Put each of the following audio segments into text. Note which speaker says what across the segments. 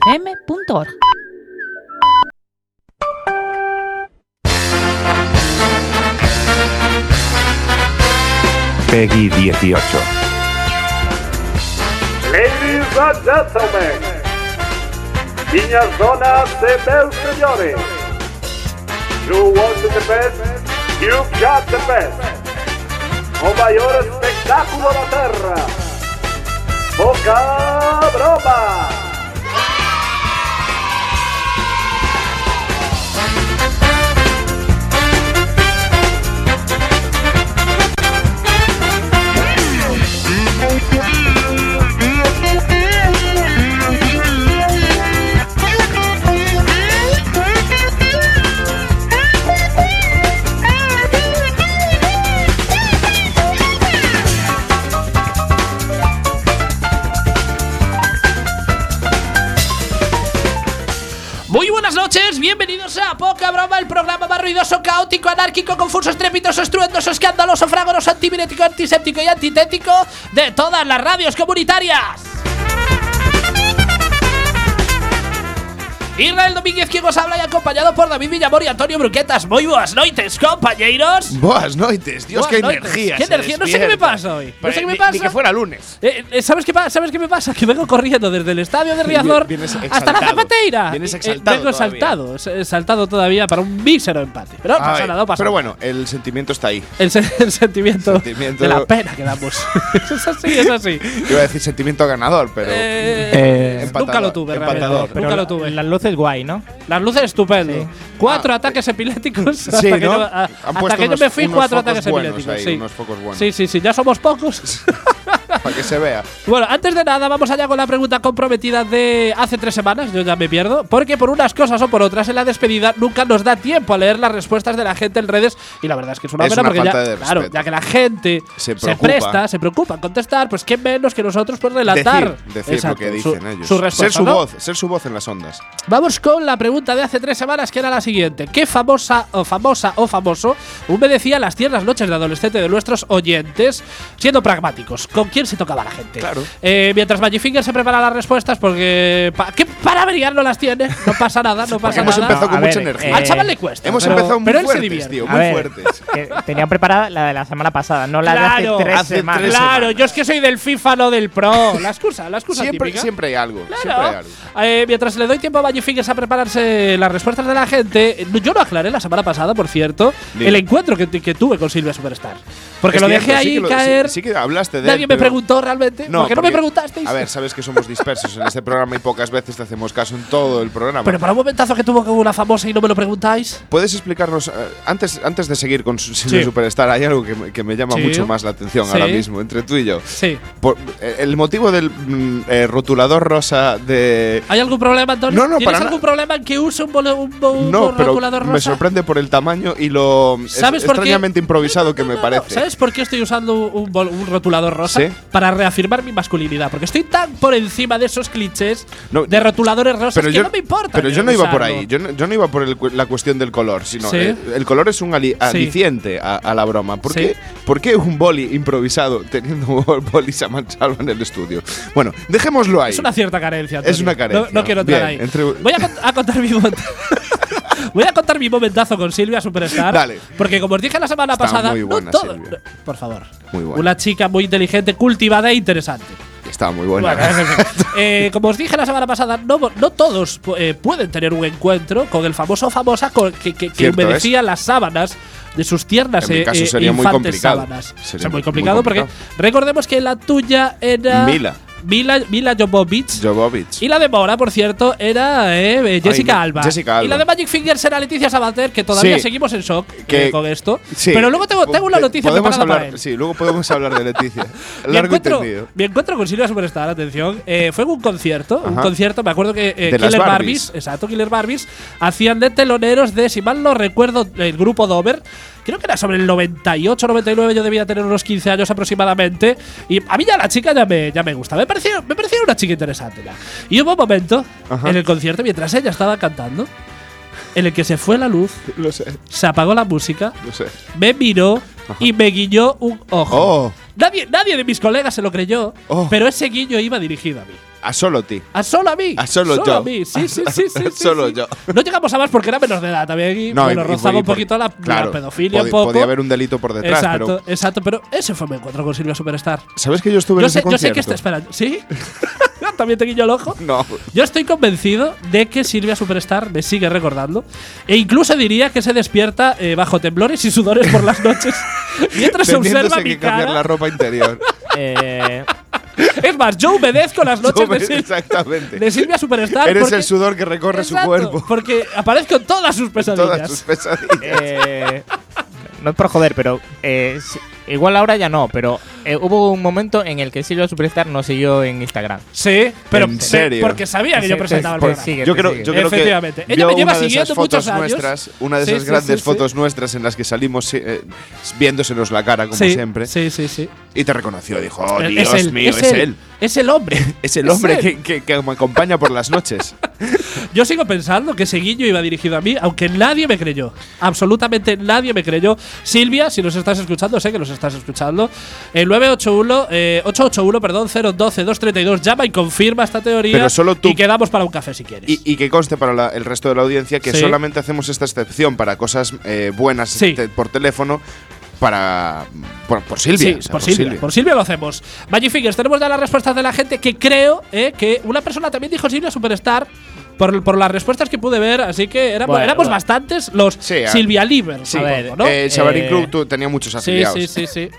Speaker 1: cuacfm.org.
Speaker 2: Peggy 18.
Speaker 3: Ladies and gentlemen, niñas, donas, y bel señores. You want the best, you got the best. O mayor espectáculo da terra. Boca Broma.
Speaker 4: Muy buenas noches, bienvenidos a Poca Broma, el programa más ruidoso, caótico, anárquico, confuso, estrepitoso, estruendoso, escandaloso, fragoroso, antibiótico, antiséptico y antitético de todas las radios comunitarias. Israel Domínguez, quien os habla y acompañado por David Villamor y Antonio Bruquetas. Muy buenas noches, compañeros.
Speaker 5: Buenas noites, Dios,
Speaker 4: Buenas
Speaker 5: qué
Speaker 4: noites.
Speaker 5: energía.
Speaker 4: Qué
Speaker 5: se
Speaker 4: energía, no sé qué me
Speaker 5: despierta.
Speaker 4: pasa hoy. No
Speaker 5: Pero
Speaker 4: sé qué me
Speaker 5: ni-
Speaker 4: pasa.
Speaker 5: Ni que fuera lunes.
Speaker 4: Eh, eh, ¿sabes, qué pa- ¿Sabes qué me pasa? Que vengo corriendo desde el estadio de Riazor
Speaker 5: Vienes
Speaker 4: hasta la
Speaker 5: exaltado.
Speaker 4: zapateira.
Speaker 5: Vienes
Speaker 4: Eh,
Speaker 5: exaltado
Speaker 4: vengo
Speaker 5: todavía.
Speaker 4: saltado, saltado todavía para un mísero empate. Pero no
Speaker 5: Ay,
Speaker 4: pasa nada, no pasa
Speaker 5: pero
Speaker 4: nada.
Speaker 5: bueno, el sentimiento está ahí.
Speaker 4: El, se- el sentimiento,
Speaker 5: Sentimiento-
Speaker 4: de la pena que damos. es así, es así.
Speaker 5: Iba a decir sentimiento ganador, pero.
Speaker 4: Eh,
Speaker 6: Eh,
Speaker 5: empatador,
Speaker 4: nunca lo tuve, realmente.
Speaker 5: empatador.
Speaker 4: Nunca lo tuve.
Speaker 6: Las luces guay, ¿no?
Speaker 4: Las luces estupendo. Cuatro ataques epilépticos. hasta que
Speaker 5: Ah, eh, ¿no?
Speaker 4: yo-
Speaker 5: Han
Speaker 4: a- hasta
Speaker 5: puesto
Speaker 4: que yo
Speaker 5: unos-
Speaker 4: me fui,
Speaker 5: unos
Speaker 4: cuatro
Speaker 5: focos
Speaker 4: ataques
Speaker 5: buenos
Speaker 4: epilépticos.
Speaker 5: ahí,
Speaker 4: sí.
Speaker 5: unos focos buenos.
Speaker 4: sí, sí, sí, ya somos pocos.
Speaker 5: Para que se vea.
Speaker 4: Bueno, antes de nada, vamos allá con la pregunta comprometida de hace tres semanas. Yo ya me pierdo. Porque por unas cosas o por otras, en la despedida nunca nos da tiempo a leer las respuestas de la gente en redes. Y la verdad es que es una
Speaker 5: Es
Speaker 4: pena
Speaker 5: una
Speaker 4: porque
Speaker 5: falta
Speaker 4: ya,
Speaker 5: de
Speaker 4: claro,
Speaker 5: respeto.
Speaker 4: ya que la gente
Speaker 5: Se
Speaker 4: se,
Speaker 5: preocupa.
Speaker 4: presta, se preocupa en contestar, pues qué menos que nosotros pues relatar.
Speaker 5: Decir, decir lo
Speaker 4: Exacto,
Speaker 5: que
Speaker 4: su-
Speaker 5: dicen ellos.
Speaker 4: su respuesta,
Speaker 5: ser su
Speaker 4: ¿no?
Speaker 5: voz, ser su voz en las ondas.
Speaker 4: Vamos con la pregunta de hace tres semanas, que era la siguiente. ¿Qué famosa o famosa o famoso humedecía las tiernas noches de adolescente de nuestros oyentes? Siendo pragmáticos, ¿con quién se tocaba la gente?
Speaker 5: Claro.
Speaker 4: Eh, mientras Magifinger se prepara las respuestas, porque pa- que para averiguar no las tiene, no pasa nada, no pasa
Speaker 5: hemos
Speaker 4: nada.
Speaker 5: empezado con
Speaker 6: A
Speaker 5: mucha
Speaker 6: ver,
Speaker 5: energía.
Speaker 6: eh,
Speaker 4: Al chaval le cuesta.
Speaker 5: Hemos
Speaker 4: pero-
Speaker 5: empezado muy
Speaker 4: pero él se
Speaker 5: fuertes,
Speaker 4: divierte.
Speaker 5: tío,
Speaker 6: A
Speaker 5: muy
Speaker 6: ver,
Speaker 5: fuertes.
Speaker 6: que tenía preparada la de la semana pasada, no la
Speaker 4: Claro,
Speaker 6: de hace tres
Speaker 5: hace
Speaker 6: semanas.
Speaker 5: tres
Speaker 4: Claro,
Speaker 5: semanas.
Speaker 4: yo es que soy del FIFA, no del Pro. La excusa, la excusa
Speaker 5: Siempre,
Speaker 4: típica.
Speaker 5: siempre hay algo. Siempre hay
Speaker 4: Claro.
Speaker 5: algo.
Speaker 4: Eh, mientras le doy tiempo a Magifingers a prepararse las respuestas de la gente, eh, yo lo aclaré la semana pasada, por cierto,
Speaker 5: Dime.
Speaker 4: el encuentro que, que tuve con Silvia Superstar. Porque
Speaker 5: Es
Speaker 4: lo
Speaker 5: cierto,
Speaker 4: dejé
Speaker 5: sí
Speaker 4: ahí
Speaker 5: que lo- sí-
Speaker 4: caer.
Speaker 5: Sí, que hablaste de. él,
Speaker 4: Nadie me
Speaker 5: pero-
Speaker 4: preguntó realmente. ¿Por qué no me
Speaker 5: porque-
Speaker 4: preguntasteis?
Speaker 5: A ver, sabes que somos dispersos en este programa y pocas veces te hacemos caso en todo el programa.
Speaker 4: Pero para un momentazo que tuvo con una famosa y no me lo preguntáis.
Speaker 5: ¿Puedes explicarnos, eh, antes, antes de seguir con su- Silvio
Speaker 4: Sí.
Speaker 5: Superstar, hay algo que, me- que me llama
Speaker 4: Sí.
Speaker 5: mucho más la atención
Speaker 4: Sí.
Speaker 5: ahora mismo, entre tú y yo?
Speaker 4: Sí.
Speaker 5: Por- eh, el motivo del mm, eh, rotulador rosa de...
Speaker 4: ¿Hay algún problema, Antonio?
Speaker 5: No, no,
Speaker 4: ¿Tienes
Speaker 5: para
Speaker 4: algún
Speaker 5: na-
Speaker 4: problema en que use un, bol- un, bo- un
Speaker 5: No, pero
Speaker 4: rotulador
Speaker 5: me
Speaker 4: rosa?
Speaker 5: sorprende por el tamaño y lo es-
Speaker 4: ¿Sabes por qué?
Speaker 5: extrañamente improvisado que
Speaker 4: No,
Speaker 5: me
Speaker 4: no,
Speaker 5: parece.
Speaker 4: ¿Sabes por qué estoy usando un, bol- un rotulador rosa?
Speaker 5: Sí.
Speaker 4: Para reafirmar mi masculinidad. Porque estoy tan por encima de esos clichés
Speaker 5: No,
Speaker 4: de rotuladores rosas
Speaker 5: Pero
Speaker 4: que
Speaker 5: yo,
Speaker 4: no me importa.
Speaker 5: pero yo no iba por
Speaker 4: usarlo.
Speaker 5: ahí, yo no, yo no iba por el cu- la cuestión del color, sino
Speaker 4: Sí.
Speaker 5: eh, el, color es un ali- aliciente a, a la broma. ¿Por,
Speaker 4: Sí.
Speaker 5: qué, por qué un boli improvisado teniendo bolis a mansalva en el estudio? Bueno, dejémoslo ahí.
Speaker 4: Es una cierta carencia. Antonio.
Speaker 5: Es una carencia.
Speaker 4: No, no quiero entrar
Speaker 5: Bien,
Speaker 4: ahí.
Speaker 5: entre-
Speaker 4: Voy a, cont- a contar mi momento. Voy a contar mi momentazo con Silvia Superstar.
Speaker 5: Dale.
Speaker 4: Porque como os dije la semana
Speaker 5: Está
Speaker 4: pasada,
Speaker 5: muy buena,
Speaker 4: no todo-
Speaker 5: Silvia.
Speaker 4: no- por favor.
Speaker 5: Muy buena.
Speaker 4: Una chica muy inteligente, cultivada e interesante.
Speaker 5: Está muy buena.
Speaker 4: Bueno, en fin. Eh, como os dije la semana pasada, no, no todos eh, pueden tener un encuentro con el famoso o famosa con- que, que, que
Speaker 5: Cierto
Speaker 4: humedecía las sábanas de sus tiernas
Speaker 5: En mi
Speaker 4: eh,
Speaker 5: caso
Speaker 4: eh,
Speaker 5: sería muy
Speaker 4: infantes
Speaker 5: complicado.
Speaker 4: sábanas.
Speaker 5: Sería
Speaker 4: Sería muy
Speaker 5: muy
Speaker 4: complicado porque
Speaker 5: complicado.
Speaker 4: recordemos que la tuya era
Speaker 5: Mila.
Speaker 4: Mila, Mila Jovovich.
Speaker 5: Jovovich.
Speaker 4: y la de Mora, por cierto, era eh, eh, Jessica,
Speaker 5: no,
Speaker 4: Alba.
Speaker 5: Jessica
Speaker 4: Y
Speaker 5: Alba.
Speaker 4: la de Magic Fingers era Leticia Sabater, que todavía
Speaker 5: Sí.
Speaker 4: seguimos en shock
Speaker 5: Que-
Speaker 4: eh, con esto.
Speaker 5: Sí.
Speaker 4: Pero luego tengo, tengo una
Speaker 5: Pe-
Speaker 4: noticia
Speaker 5: podemos
Speaker 4: preparada
Speaker 5: hablar,
Speaker 4: para él.
Speaker 5: Sí, luego podemos hablar de Leticia.
Speaker 4: Mi
Speaker 5: Largo y
Speaker 4: encuentro,
Speaker 5: tendido.
Speaker 4: mi encuentro con Silvia Superstar, atención, eh, fue en un concierto. Un
Speaker 5: Ajá.
Speaker 4: concierto, me acuerdo que eh,
Speaker 5: De
Speaker 4: Killer
Speaker 5: las
Speaker 4: Barbies.
Speaker 5: Barbies.
Speaker 4: exacto, Killer Barbies, hacían de teloneros de, si mal no recuerdo, el grupo Dover. Creo que era sobre el 98, 99, yo debía tener unos 15 años aproximadamente. Y a mí ya la chica ya me, ya me gusta. Me parecía, me parecía una chica interesante. ya. Y hubo un momento
Speaker 5: Ajá.
Speaker 4: en el concierto, mientras ella estaba cantando, en el que se fue la luz,
Speaker 5: Lo sé,
Speaker 4: se apagó la música,
Speaker 5: lo sé.
Speaker 4: me miró y me guiñó un ojo.
Speaker 5: Oh.
Speaker 4: Nadie, nadie de mis colegas se lo creyó,
Speaker 5: Oh.
Speaker 4: pero ese guiño iba dirigido a mí.
Speaker 5: A solo ti.
Speaker 4: A solo a mí.
Speaker 5: A solo yo.
Speaker 4: a mí. Sí, sí, sí. sí,
Speaker 5: A
Speaker 4: sí,
Speaker 5: solo
Speaker 4: sí.
Speaker 5: yo.
Speaker 4: No llegamos a más porque era menos de edad también. aquí. bueno,
Speaker 5: y- y-
Speaker 4: rozaba
Speaker 5: y
Speaker 4: un
Speaker 5: por-
Speaker 4: poquito la, la
Speaker 5: claro,
Speaker 4: pedofilia.
Speaker 5: podi-
Speaker 4: un poco.
Speaker 5: Podía haber un delito por detrás,
Speaker 4: exacto,
Speaker 5: pero.
Speaker 4: exacto. Pero ese fue mi encuentro con Silvia Superstar.
Speaker 5: ¿Sabes que yo estuve en
Speaker 4: Yo
Speaker 5: ese
Speaker 4: sé, yo sé que está
Speaker 5: concierto?
Speaker 4: esperando. ¿Sí? también te guiño el ojo.
Speaker 5: No.
Speaker 4: Yo estoy convencido de que Silvia Superstar me sigue recordando. E incluso diría que se despierta eh, bajo temblores y sudores por las noches. mientras se observa
Speaker 5: Teniéndose
Speaker 4: mi
Speaker 5: que cambiar la
Speaker 4: cara.
Speaker 5: ropa interior.
Speaker 6: Eh,
Speaker 4: Es más, yo obedezco las noches de, Sil-
Speaker 5: Exactamente.
Speaker 4: de Silvia Superstar.
Speaker 5: Eres
Speaker 4: porque-
Speaker 5: el sudor que recorre su
Speaker 4: Exacto,
Speaker 5: cuerpo.
Speaker 4: Porque aparezco en todas sus pesadillas.
Speaker 5: Todas sus pesadillas.
Speaker 6: eh, no es por joder, pero eh, si- igual ahora ya no, pero eh, hubo un momento en el que Silvia Superstar nos siguió en Instagram.
Speaker 4: Sí, pero
Speaker 5: ¿En
Speaker 4: pe-
Speaker 5: serio?
Speaker 4: porque sabía que yo
Speaker 6: Sí,
Speaker 4: presentaba el
Speaker 6: pues
Speaker 4: programa.
Speaker 6: sigue,
Speaker 5: Yo
Speaker 6: te
Speaker 5: creo,
Speaker 6: sigue.
Speaker 5: yo creo que
Speaker 4: Efectivamente.
Speaker 5: vio
Speaker 4: Ella me lleva
Speaker 5: una de esas
Speaker 4: siguiendo muchos
Speaker 5: fotos
Speaker 4: años.
Speaker 5: nuestras, una de
Speaker 4: Sí,
Speaker 5: esas
Speaker 4: sí,
Speaker 5: grandes
Speaker 4: sí, sí.
Speaker 5: fotos nuestras en las que salimos eh, viéndosenos la cara como
Speaker 4: sí,
Speaker 5: siempre
Speaker 4: Sí, sí, sí.
Speaker 5: y te reconoció, dijo, "Oh,
Speaker 4: Es-
Speaker 5: Dios
Speaker 4: es él,
Speaker 5: mío, es, él.
Speaker 4: Es el hombre.
Speaker 5: Es el hombre
Speaker 4: él.
Speaker 5: que, que- que me acompaña por las noches.
Speaker 4: Yo sigo pensando que ese guiño iba dirigido a mí, aunque nadie me creyó. Absolutamente nadie me creyó. Silvia, si nos estás escuchando, sé que nos estás escuchando. El 981, eh, 881, perdón, 012 232 llama y confirma esta teoría.
Speaker 5: Pero solo tú-
Speaker 4: Y quedamos para un café si quieres.
Speaker 5: Y, y que conste para la- el resto de la audiencia que
Speaker 4: Sí.
Speaker 5: solamente hacemos esta excepción para cosas eh, buenas
Speaker 4: Sí.
Speaker 5: te- por teléfono para por, por Silvia.
Speaker 4: Sí,
Speaker 5: o sea,
Speaker 4: por, Silvia, por Silvia lo hacemos. Magic Fingers, tenemos ya las respuestas de la gente que creo eh, que una persona también dijo Silvia Superstar por, por las respuestas que pude ver, así que éramos,
Speaker 6: Bueno,
Speaker 4: éramos
Speaker 6: bueno.
Speaker 4: bastantes los
Speaker 5: Sí, a-
Speaker 4: Silvia Livers.
Speaker 5: Sí.
Speaker 4: supongo,
Speaker 6: A ver,
Speaker 4: ¿no?
Speaker 5: Eh, el Xabarín
Speaker 6: Eh,
Speaker 5: Club tú, tenía muchos
Speaker 4: sí,
Speaker 5: afiliados.
Speaker 4: sí, sí, sí.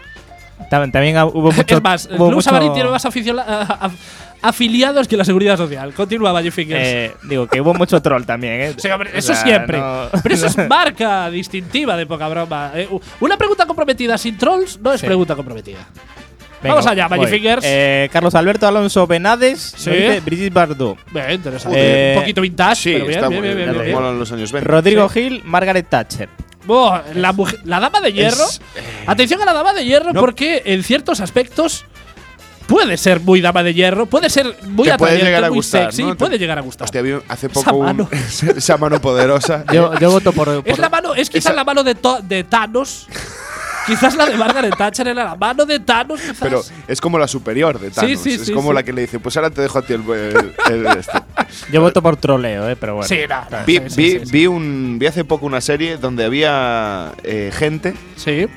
Speaker 6: Tam- También ah, hubo mucho.
Speaker 4: es más,
Speaker 6: hubo
Speaker 4: Blue Sabarín
Speaker 6: mucho- eh,
Speaker 4: tiene más aficio- a- a- afiliados que la Seguridad Social. Continúa, Magic Fingers.
Speaker 6: eh, digo, que hubo mucho troll también, ¿eh?
Speaker 4: Sí, hombre,
Speaker 6: O
Speaker 4: eso
Speaker 6: sea,
Speaker 4: siempre.
Speaker 6: no-
Speaker 4: Pero eso es marca distintiva de poca broma. Eh, u- una pregunta comprometida sin trolls no es
Speaker 6: Sí.
Speaker 4: pregunta comprometida.
Speaker 6: Venga,
Speaker 4: Vamos allá,
Speaker 6: voy.
Speaker 4: Magnificers.
Speaker 6: Eh, Carlos Alberto Alonso Benades,
Speaker 4: Sí.
Speaker 6: nos dice Brigitte Bardot.
Speaker 4: Bien, interesante.
Speaker 6: Joder.
Speaker 4: un poquito vintage,
Speaker 5: Sí,
Speaker 4: Ah, pero bien,
Speaker 5: está
Speaker 4: bien,
Speaker 5: muy-
Speaker 4: bien, bien, bien, bien.
Speaker 5: molan los años 20.
Speaker 6: Rodrigo Gil, Margaret Thatcher.
Speaker 4: Buah, la, mujer- la dama de hierro.
Speaker 5: Es, eh,
Speaker 4: Atención a la dama de hierro
Speaker 5: No.
Speaker 4: porque en ciertos aspectos puede ser muy dama de hierro, puede ser muy
Speaker 5: Te puede
Speaker 4: atrayente,
Speaker 5: llegar a
Speaker 4: muy
Speaker 5: gustar,
Speaker 4: sexy,
Speaker 5: ¿no? Te-
Speaker 4: puede llegar a gustar.
Speaker 5: Hostia, vi hace
Speaker 4: Esa
Speaker 5: poco un-
Speaker 4: mano.
Speaker 5: esa mano poderosa.
Speaker 6: Yo, yo voto por.
Speaker 4: es la mano, es quizás
Speaker 5: esa-
Speaker 4: la mano de, To- de Thanos. quizás la de Margaret Thatcher era la mano de Thanos. quizás.
Speaker 5: Pero es como la superior de Thanos.
Speaker 4: sí,
Speaker 5: es
Speaker 4: sí,
Speaker 5: como
Speaker 4: sí.
Speaker 5: la que le dice, pues ahora te dejo a ti el... el- el este".
Speaker 6: Yo voto por troleo, ¿eh? Pero bueno.
Speaker 4: sí, no, no,
Speaker 5: vi,
Speaker 4: sí, sí,
Speaker 5: vi,
Speaker 4: sí, sí.
Speaker 5: vi un, vi hace poco una serie donde había eh, gente
Speaker 4: Sí.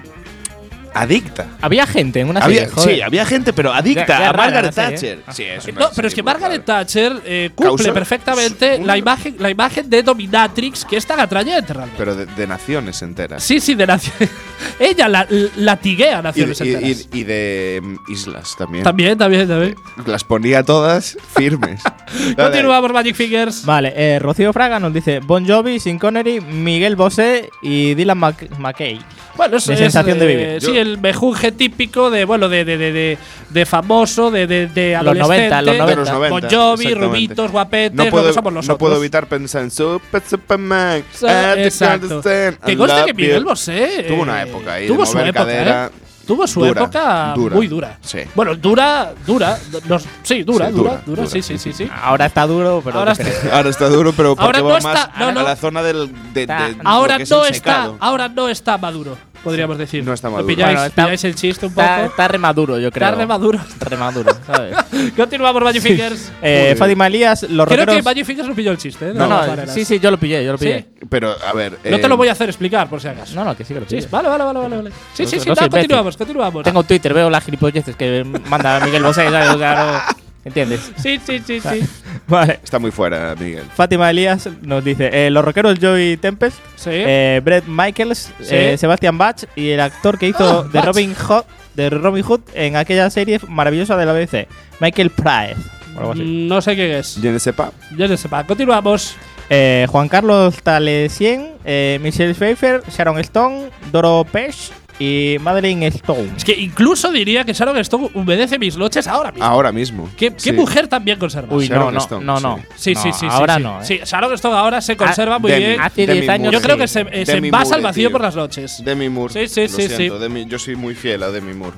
Speaker 5: adicta.
Speaker 6: Había gente en una
Speaker 5: Había-
Speaker 6: serie. Ah, joder.
Speaker 5: sí, había gente, pero adicta
Speaker 6: Ya- ya
Speaker 5: a
Speaker 6: rara
Speaker 5: Margaret
Speaker 6: la serie,
Speaker 5: Thatcher.
Speaker 6: ¿eh?
Speaker 5: Sí, es una
Speaker 4: No, pero es
Speaker 5: serie
Speaker 4: que
Speaker 5: muy
Speaker 4: Margaret
Speaker 5: rara.
Speaker 4: Thatcher eh, cumple
Speaker 5: Causó-
Speaker 4: perfectamente
Speaker 5: un-
Speaker 4: la imagen, la imagen de dominatrix que es tan atrayente realmente.
Speaker 5: Pero de, de naciones enteras.
Speaker 4: Sí, sí, de naciones. Ella la, latiguea a
Speaker 5: Y,
Speaker 4: naciones
Speaker 5: y-
Speaker 4: enteras.
Speaker 5: y- y de mm, islas también.
Speaker 4: también, también, también.
Speaker 5: Las ponía todas firmes. Dale ahí.
Speaker 4: Continuamos, Magic Fingers.
Speaker 6: Vale, eh, Rocío Fraga nos dice Bon Jovi, Sin Connery, Miguel Bosé y Dylan Mac- McKay.
Speaker 4: Bueno, eso
Speaker 6: de
Speaker 4: es,
Speaker 6: sensación de vivir.
Speaker 4: eh,
Speaker 5: Yo-
Speaker 4: sí, el mejunje típico de, bueno, de, de, de, de, de famoso, de, de, de
Speaker 6: Los 90,
Speaker 4: adolescente.
Speaker 6: los
Speaker 5: de los
Speaker 6: 90.
Speaker 5: 90.
Speaker 4: Bon Jovi,
Speaker 5: exactamente.
Speaker 4: rubitos, guapetes,
Speaker 5: no
Speaker 4: lo
Speaker 5: puedo,
Speaker 4: que somos
Speaker 5: no
Speaker 4: nosotros.
Speaker 5: puedo evitar pensar en Super Superman. Ah,
Speaker 4: O sea,
Speaker 5: I just
Speaker 4: exacto.
Speaker 5: understand, I
Speaker 4: Que conste
Speaker 5: love
Speaker 4: que Miguel
Speaker 5: you.
Speaker 4: Bosé. eh,
Speaker 5: Tuvo una época ahí de
Speaker 4: Tuvo su
Speaker 5: mover
Speaker 4: época.
Speaker 5: cadera
Speaker 4: eh. Tuvo su
Speaker 5: dura,
Speaker 4: época
Speaker 5: dura.
Speaker 4: muy dura.
Speaker 5: Sí.
Speaker 4: Bueno, dura, dura. nos- sí, dura,
Speaker 5: Sí, dura,
Speaker 4: dura, dura,
Speaker 5: dura. Ah,
Speaker 4: Sí, sí, sí. sí.
Speaker 6: Ahora está duro, pero.
Speaker 4: Ahora
Speaker 6: diferente.
Speaker 5: Ahora está duro, pero porque
Speaker 4: Ahora no
Speaker 5: va
Speaker 4: está-
Speaker 5: más
Speaker 4: no, no.
Speaker 5: a la zona del. de-
Speaker 6: Está-
Speaker 5: de- de
Speaker 4: Ahora
Speaker 5: lo que es
Speaker 4: no
Speaker 5: el
Speaker 4: está,
Speaker 5: secado.
Speaker 4: ahora no está maduro, podríamos decir.
Speaker 5: no está
Speaker 4: ¿Lo
Speaker 5: maduro.
Speaker 4: pilláis,
Speaker 6: Bueno, está-
Speaker 4: pilláis el chiste un poco?
Speaker 6: está, está remaduro, yo creo.
Speaker 4: Está remaduro.
Speaker 6: Remaduro, ¿sabes?
Speaker 4: Continuamos, Magic Fingers.
Speaker 6: eh, Fátima Elías, los
Speaker 4: Creo que
Speaker 6: rockeros.
Speaker 4: Magic Fingers no pilló el chiste. ¿eh?
Speaker 6: no,
Speaker 4: todas
Speaker 6: no,
Speaker 4: maneras.
Speaker 6: sí, sí, yo lo pillé, yo lo
Speaker 4: ¿Sí?
Speaker 6: pillé.
Speaker 5: Pero, a ver. eh,
Speaker 4: No te lo voy a hacer explicar, por si acaso.
Speaker 6: No, no, que sí que lo pillé.
Speaker 4: Sí, vale, vale, vale, vale. vale. Sí,
Speaker 6: No
Speaker 4: sí,
Speaker 6: sé,
Speaker 4: sí,
Speaker 6: no
Speaker 4: no,
Speaker 6: soy imbécil.
Speaker 4: continuamos, continuamos.
Speaker 6: Tengo Twitter, veo las gilipolleces que manda Miguel Bosé, ¿sabes? O sea, no- ¿Entiendes?
Speaker 4: Sí, sí, sí,
Speaker 6: Ah,
Speaker 4: sí.
Speaker 6: Vale.
Speaker 5: Está muy fuera, Miguel.
Speaker 6: Fátima Elías nos dice: eh, Los rockeros Joey Tempest,
Speaker 4: Sí.
Speaker 6: eh, Brett Michaels,
Speaker 4: Sí.
Speaker 6: eh, Sebastian Bach y el actor que hizo
Speaker 4: Ah,
Speaker 6: de,
Speaker 4: Bach.
Speaker 6: Robin Hood, de Robin Hood en aquella serie maravillosa de la BBC, Michael Price. o algo así.
Speaker 4: Mm, no sé qué es.
Speaker 5: Yo no sepa.
Speaker 4: Yo no sepa. Continuamos.
Speaker 6: Eh, Juan Carlos Talesien, eh, Michelle Pfeiffer, Sharon Stone, Doro Pesch y Madeleine Stone.
Speaker 4: Es que incluso diría que Sharon Stone humedece mis noches ahora mismo.
Speaker 5: Ahora mismo.
Speaker 4: ¿Qué, qué
Speaker 5: Sí.
Speaker 4: mujer tan bien conservada?
Speaker 6: Ah, Uy, no,
Speaker 5: Sharon
Speaker 6: no,
Speaker 5: Stone,
Speaker 6: no, no.
Speaker 5: sí.
Speaker 4: sí,
Speaker 6: No,
Speaker 4: sí, sí.
Speaker 6: Ahora
Speaker 4: sí,
Speaker 6: no. eh.
Speaker 4: Sí, Sharon Stone ahora se conserva muy
Speaker 5: Demi-
Speaker 4: bien.
Speaker 6: Hace
Speaker 5: Demi
Speaker 6: 10 años
Speaker 5: Moore.
Speaker 4: Yo creo
Speaker 6: sí.
Speaker 4: que se, eh, se
Speaker 5: Demi
Speaker 4: envasa al
Speaker 5: Moore,
Speaker 4: vacío
Speaker 5: tío.
Speaker 4: por las noches.
Speaker 5: Demi Moore.
Speaker 4: Sí, sí,
Speaker 5: lo
Speaker 4: sí, sí.
Speaker 5: siento, Demi- yo soy muy fiel a Demi Moore.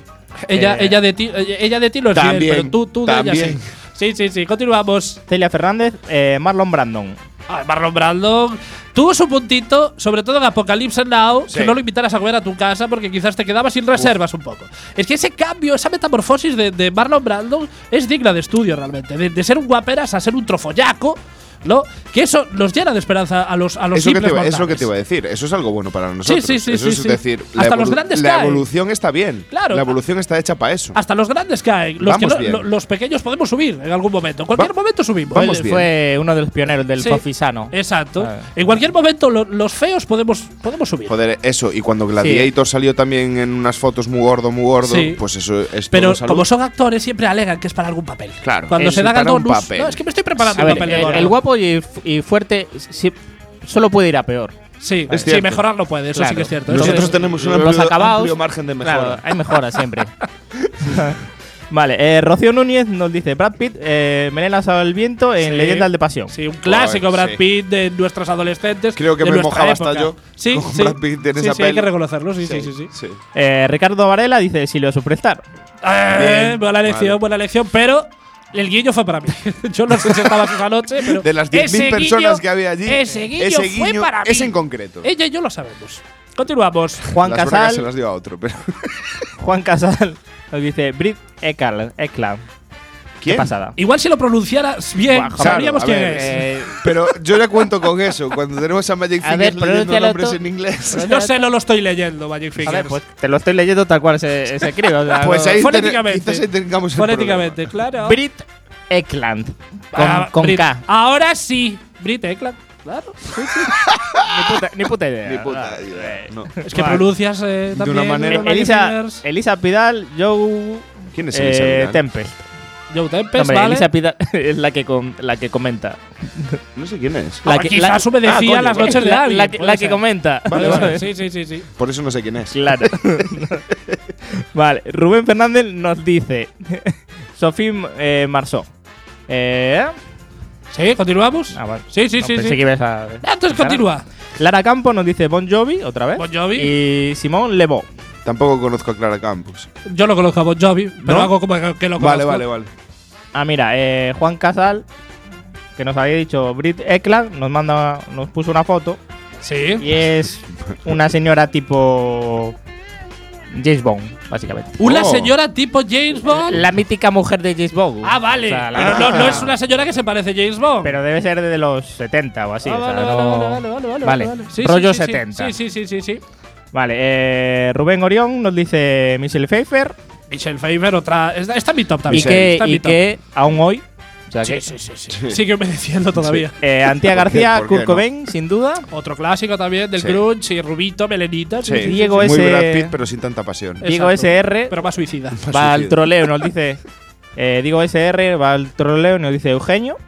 Speaker 4: Ella,
Speaker 6: Eh,
Speaker 4: ella, de ti, ella de ti lo es fiel,
Speaker 5: también,
Speaker 4: pero tú, tú de ella sí.
Speaker 5: también.
Speaker 4: Sí, sí, sí. Continuamos.
Speaker 6: Celia Fernández, eh, Marlon Brandon.
Speaker 4: Ah, Marlon Brando tuvo su puntito, sobre todo en Apocalypse Now,
Speaker 5: Sí.
Speaker 4: que no lo invitaras a comer a tu casa porque quizás te quedabas sin reservas un poco. Es que ese cambio, esa metamorfosis de, de Marlon Brando es digna de estudio realmente, de, de ser un guaperas a ser un trofollaco, ¿no? Que eso nos llena de esperanza a los, a los
Speaker 5: Eso que, te
Speaker 4: simples
Speaker 5: iba, es lo que
Speaker 4: mortales.
Speaker 5: te iba a decir. Eso es algo bueno para nosotros.
Speaker 4: sí, sí,
Speaker 5: Eso
Speaker 4: sí,
Speaker 5: es
Speaker 4: sí.
Speaker 5: decir, la
Speaker 4: Hasta los
Speaker 5: evolu-
Speaker 4: grandes
Speaker 5: La
Speaker 4: caen.
Speaker 5: evolución está bien.
Speaker 4: Claro.
Speaker 5: La evolución está hecha para eso.
Speaker 4: Hasta los grandes caen. Los, que
Speaker 5: Vamos
Speaker 4: no-
Speaker 5: bien.
Speaker 4: lo- los pequeños podemos subir en algún momento. En cualquier
Speaker 5: Va-
Speaker 4: momento subimos.
Speaker 5: vamos
Speaker 6: Él
Speaker 5: bien.
Speaker 6: Fue uno de los pioneros del
Speaker 4: Sí.
Speaker 6: coffee sano.
Speaker 4: Exacto.
Speaker 6: Ah.
Speaker 4: En cualquier momento lo- los feos podemos, podemos subir.
Speaker 5: Joder, eso. Y cuando Gladiator salió también en unas fotos muy gordo, muy gordo,
Speaker 4: Sí.
Speaker 5: pues eso es
Speaker 4: Pero
Speaker 5: todo salud.
Speaker 4: como son actores, siempre alegan que es para algún papel.
Speaker 5: Claro.
Speaker 4: Cuando
Speaker 5: Es
Speaker 4: se dan
Speaker 5: para un
Speaker 4: algún
Speaker 5: papel.
Speaker 4: No, es que me estoy preparando
Speaker 6: A
Speaker 4: un
Speaker 6: ver,
Speaker 4: papel. de
Speaker 6: el,
Speaker 4: Dora.
Speaker 6: el guapo y, f- y fuerte si- solo puede ir a peor.
Speaker 4: Sí,
Speaker 5: Es
Speaker 4: sí,
Speaker 5: cierto.
Speaker 4: mejorar no puede, eso sí
Speaker 6: Claro.
Speaker 4: que es cierto.
Speaker 5: Nosotros
Speaker 4: Entonces,
Speaker 5: tenemos un
Speaker 6: los
Speaker 5: amplio,
Speaker 6: acabados-
Speaker 5: amplio margen de mejora.
Speaker 6: Claro, hay mejora siempre. vale, eh, Rocío Núñez nos dice: Brad Pitt, eh, melenas al viento en
Speaker 4: Sí.
Speaker 6: Leyendas de Pasión.
Speaker 4: Sí, un clásico
Speaker 5: Joder,
Speaker 4: Brad
Speaker 5: sí.
Speaker 4: Pitt de nuestros adolescentes.
Speaker 5: Creo que
Speaker 4: de
Speaker 5: me
Speaker 4: nuestra
Speaker 5: mojaba hasta
Speaker 4: época.
Speaker 5: yo
Speaker 4: Sí,
Speaker 5: con
Speaker 4: sí.
Speaker 5: Brad Pitt en
Speaker 4: Sí,
Speaker 5: esa
Speaker 4: sí, hay
Speaker 5: peli.
Speaker 4: que reconocerlo, sí, sí, sí. sí.
Speaker 5: sí.
Speaker 6: Eh, Ricardo Varela dice: Silvio Superstar.
Speaker 4: Eh,
Speaker 5: Bien,
Speaker 4: buena elección,
Speaker 5: vale.
Speaker 4: buena elección, pero el guiño fue para mí. yo no sé si estabas esa noche, pero.
Speaker 5: De las
Speaker 4: ese
Speaker 5: 10.000 personas
Speaker 4: guiño-
Speaker 5: que había allí,
Speaker 4: Ese guiño,
Speaker 5: ese
Speaker 4: fue
Speaker 5: guiño-
Speaker 4: para mí.
Speaker 5: ese en concreto.
Speaker 4: Ella y yo lo sabemos. Continuamos.
Speaker 6: Juan
Speaker 5: las broncas se
Speaker 6: Casal.
Speaker 5: las dio a otro, pero
Speaker 6: Juan Casal nos dice: Brit Eklan. Eklan.
Speaker 5: ¿quién?
Speaker 6: Qué pasada.
Speaker 4: Igual si lo pronunciaras bien,
Speaker 6: Guau, claro,
Speaker 4: Eh, sabríamos
Speaker 5: a
Speaker 4: quién
Speaker 5: ver,
Speaker 4: es.
Speaker 6: Eh,
Speaker 5: Pero yo ya cuento con eso. Cuando tenemos a Magic
Speaker 6: A
Speaker 5: Fingers
Speaker 6: ver,
Speaker 5: leyendo
Speaker 6: pronúncialo
Speaker 5: nombres
Speaker 6: tú.
Speaker 5: en inglés.
Speaker 4: No sé, no lo estoy leyendo, Magic
Speaker 6: a
Speaker 4: Fingers.
Speaker 6: ver, pues te lo estoy leyendo tal cual se, se escribe. o sea,
Speaker 5: Pues
Speaker 6: no-
Speaker 5: ahí ten-
Speaker 4: Fonéticamente.
Speaker 5: quizás ahí tengamos el
Speaker 4: Fonéticamente, claro.
Speaker 6: Brit Ekland. Con,
Speaker 4: Ah,
Speaker 6: con
Speaker 4: Brit-
Speaker 6: K.
Speaker 4: Ahora sí. Brit Ekland, claro. Ah,
Speaker 6: Ni puta, ni puta idea.
Speaker 5: Ni puta
Speaker 6: Ah,
Speaker 5: idea,
Speaker 6: eh.
Speaker 5: no.
Speaker 4: Es que
Speaker 6: Vale.
Speaker 4: pronuncias eh,
Speaker 5: una
Speaker 4: también.
Speaker 5: manera-
Speaker 4: Magic
Speaker 6: Elisa, eh,
Speaker 4: Fingers.
Speaker 6: Elisa Pidal, Joe.
Speaker 5: ¿Quién es
Speaker 6: eh,
Speaker 5: Elisa Vidal?
Speaker 6: Tempest.
Speaker 4: Joe Tempest,
Speaker 6: Hombre,
Speaker 4: ¿vale?
Speaker 6: Elisa Pidal es la que, com- la que comenta.
Speaker 5: No sé quién es.
Speaker 4: Ah,
Speaker 6: La que,
Speaker 4: quizás obedecía
Speaker 6: coño,
Speaker 4: las noches de
Speaker 6: la-
Speaker 4: alguien,
Speaker 6: La, que-
Speaker 4: puede
Speaker 6: la que
Speaker 4: ser.
Speaker 6: comenta.
Speaker 4: Vale, vale, sí, sí, sí, sí.
Speaker 5: Por eso no sé quién es.
Speaker 6: Claro. vale, Rubén Fernández nos dice: Sofía eh, Marceau. Eh,
Speaker 4: ¿Sí? ¿Continuamos?
Speaker 6: ah, bueno.
Speaker 4: Sí, sí,
Speaker 6: No,
Speaker 4: sí,
Speaker 6: pensé
Speaker 4: sí.
Speaker 6: que ibas a-
Speaker 4: Ah, Entonces continúa.
Speaker 6: Lara Campo nos dice Bon Jovi, otra vez.
Speaker 4: Bon Jovi.
Speaker 6: Y Simón Lebo.
Speaker 5: Tampoco conozco a Clara Campos.
Speaker 4: Yo lo conozco a Bon Jovi, pero
Speaker 5: ¿No?
Speaker 4: hago como que lo conozco.
Speaker 5: Vale, vale, vale.
Speaker 6: Ah, mira, eh, Juan Casal, que nos había dicho Brit Ekland, nos manda, nos puso una foto
Speaker 4: Sí.
Speaker 6: y es una señora tipo James Bond, básicamente.
Speaker 4: Una
Speaker 5: Oh.
Speaker 4: señora tipo James Bond.
Speaker 6: La mítica mujer de James Bond.
Speaker 4: ah, vale.
Speaker 6: O sea, la
Speaker 4: pero no,
Speaker 6: mítica-
Speaker 4: no es una señora que se parece a James Bond.
Speaker 6: Pero debe ser de los 70 o así.
Speaker 4: Ah,
Speaker 6: o sea,
Speaker 4: vale,
Speaker 6: no-
Speaker 4: vale, vale, vale, vale, vale, vale. Sí, sí, sí,
Speaker 6: rollo
Speaker 4: sí.
Speaker 6: 70.
Speaker 4: Sí, sí, sí, sí, sí.
Speaker 6: Vale, eh, Rubén Orión nos dice Michelle Pfeiffer
Speaker 4: Michelle Pfeiffer, otra. Está, está en mi top
Speaker 6: y
Speaker 4: también.
Speaker 6: que,
Speaker 4: está en
Speaker 6: y
Speaker 4: mi top.
Speaker 6: que aún hoy. o sea,
Speaker 4: Sí,
Speaker 6: que-
Speaker 4: sí, sí, sí. Sigue obedeciendo todavía.
Speaker 6: eh, Antía
Speaker 5: ¿Por qué?
Speaker 6: García,
Speaker 5: ¿Por qué
Speaker 6: Kurt
Speaker 5: no?
Speaker 6: Cobain, sin duda.
Speaker 4: Otro clásico también del
Speaker 5: Sí.
Speaker 4: grunge y Rubito, Melenita.
Speaker 5: Sí,
Speaker 6: Diego
Speaker 5: muy
Speaker 6: ese-
Speaker 5: Brad Pitt, pero sin tanta pasión.
Speaker 4: Eh,
Speaker 6: Diego
Speaker 4: Exacto.
Speaker 6: SR.
Speaker 4: Pero más suicida.
Speaker 6: Va al
Speaker 5: suicida.
Speaker 6: troleo, nos dice. eh, digo SR, va al troleo, nos dice Eugenio.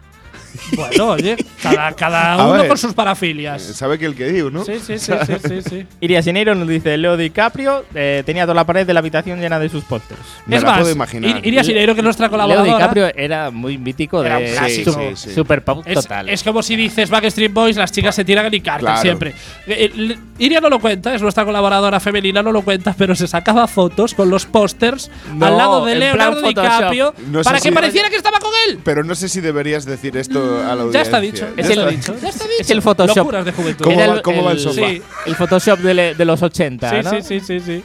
Speaker 4: bueno, oye, cada, cada
Speaker 5: A
Speaker 4: uno
Speaker 5: ver.
Speaker 4: con sus parafilias.
Speaker 5: Eh, Sabe que el que digo, ¿no?
Speaker 4: Sí, sí, sí, sí, sí, sí.
Speaker 6: Iria Sineiro nos dice Leo DiCaprio. eh, tenía toda la pared de la habitación llena de sus pósters.
Speaker 5: Me
Speaker 4: es
Speaker 5: la
Speaker 4: más,
Speaker 5: puedo imaginar.
Speaker 4: Ir- Iria Sineiro, que es nuestra
Speaker 6: Leo
Speaker 4: colaboradora.
Speaker 6: DiCaprio era muy mítico
Speaker 4: Era un
Speaker 6: de
Speaker 4: clásico.
Speaker 6: su-
Speaker 5: Sí, sí.
Speaker 6: super pop
Speaker 4: Es,
Speaker 6: total.
Speaker 4: es como si dices Backstreet Boys, las chicas se tiran y cargan
Speaker 5: Claro.
Speaker 4: siempre. Eh, eh, l- Iria no lo cuenta, es nuestra colaboradora femenina, no lo cuenta, pero se sacaba fotos con los pósters
Speaker 6: No,
Speaker 4: al lado de
Speaker 6: en
Speaker 4: Leonardo
Speaker 6: plan Photoshop.
Speaker 4: DiCaprio
Speaker 5: No sé
Speaker 4: para
Speaker 5: si-
Speaker 4: que pareciera que estaba con él.
Speaker 5: Pero no sé si deberías decir esto a la
Speaker 4: Mm, Ya
Speaker 5: audiencia.
Speaker 4: está dicho.
Speaker 5: Ya
Speaker 4: ya
Speaker 6: Es
Speaker 4: está
Speaker 5: está
Speaker 6: el-
Speaker 4: dicho, ya está
Speaker 6: es
Speaker 4: dicho.
Speaker 6: el Photoshop.
Speaker 4: Locuras de juventud.
Speaker 5: ¿Cómo
Speaker 6: Era
Speaker 5: va- cómo va el sofá?
Speaker 4: Sí.
Speaker 6: el Photoshop de, le- de los 80,
Speaker 4: Sí,
Speaker 6: ¿no?
Speaker 4: sí, sí, sí, sí.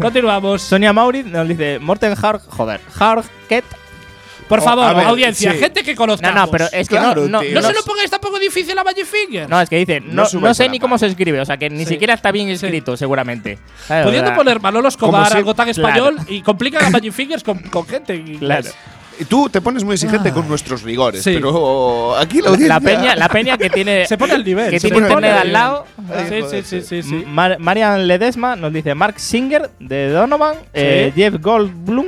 Speaker 4: Continuamos.
Speaker 6: Sonia Mauri nos dice Morten Har joder, Harket.
Speaker 4: Por
Speaker 5: Oh,
Speaker 4: favor,
Speaker 5: a ver,
Speaker 4: audiencia,
Speaker 5: sí.
Speaker 4: gente que
Speaker 6: No,
Speaker 4: conozcamos.
Speaker 6: no, pero es que
Speaker 5: Claro,
Speaker 6: no, no,
Speaker 5: tío.
Speaker 4: No
Speaker 6: no,
Speaker 4: se lo pongáis tampoco difícil a Magic Finger.
Speaker 6: no, es que dice, no,
Speaker 5: subáis
Speaker 6: no
Speaker 5: a
Speaker 6: sé
Speaker 5: la
Speaker 6: ni cómo
Speaker 5: par.
Speaker 6: se escribe, o sea que ni
Speaker 4: Sí.
Speaker 6: siquiera está bien
Speaker 4: Sí.
Speaker 6: escrito, seguramente. ¿Sabes? O
Speaker 4: Pudiendo
Speaker 6: sea,
Speaker 4: poner Manolo Escobar,
Speaker 5: Como si-
Speaker 4: algo tan
Speaker 6: claro.
Speaker 4: español, y complican a Magic Fingers con, con gente. en inglés.
Speaker 6: Claro.
Speaker 5: Y Tú te pones muy exigente con nuestros rigores,
Speaker 4: Ah. Sí.
Speaker 5: pero aquí la
Speaker 6: La,
Speaker 5: audiencia.
Speaker 6: la peña, la peña que tiene
Speaker 4: Se pone al nivel.
Speaker 6: que
Speaker 4: se pone
Speaker 6: tiene internet al
Speaker 4: nivel.
Speaker 6: lado.
Speaker 5: Ay,
Speaker 4: Sí,
Speaker 5: joder,
Speaker 4: sí, sí, Mm. sí, sí.
Speaker 6: Mar- Marian Ledesma nos dice Mark Singer de Donovan, eh, Jeff Goldblum,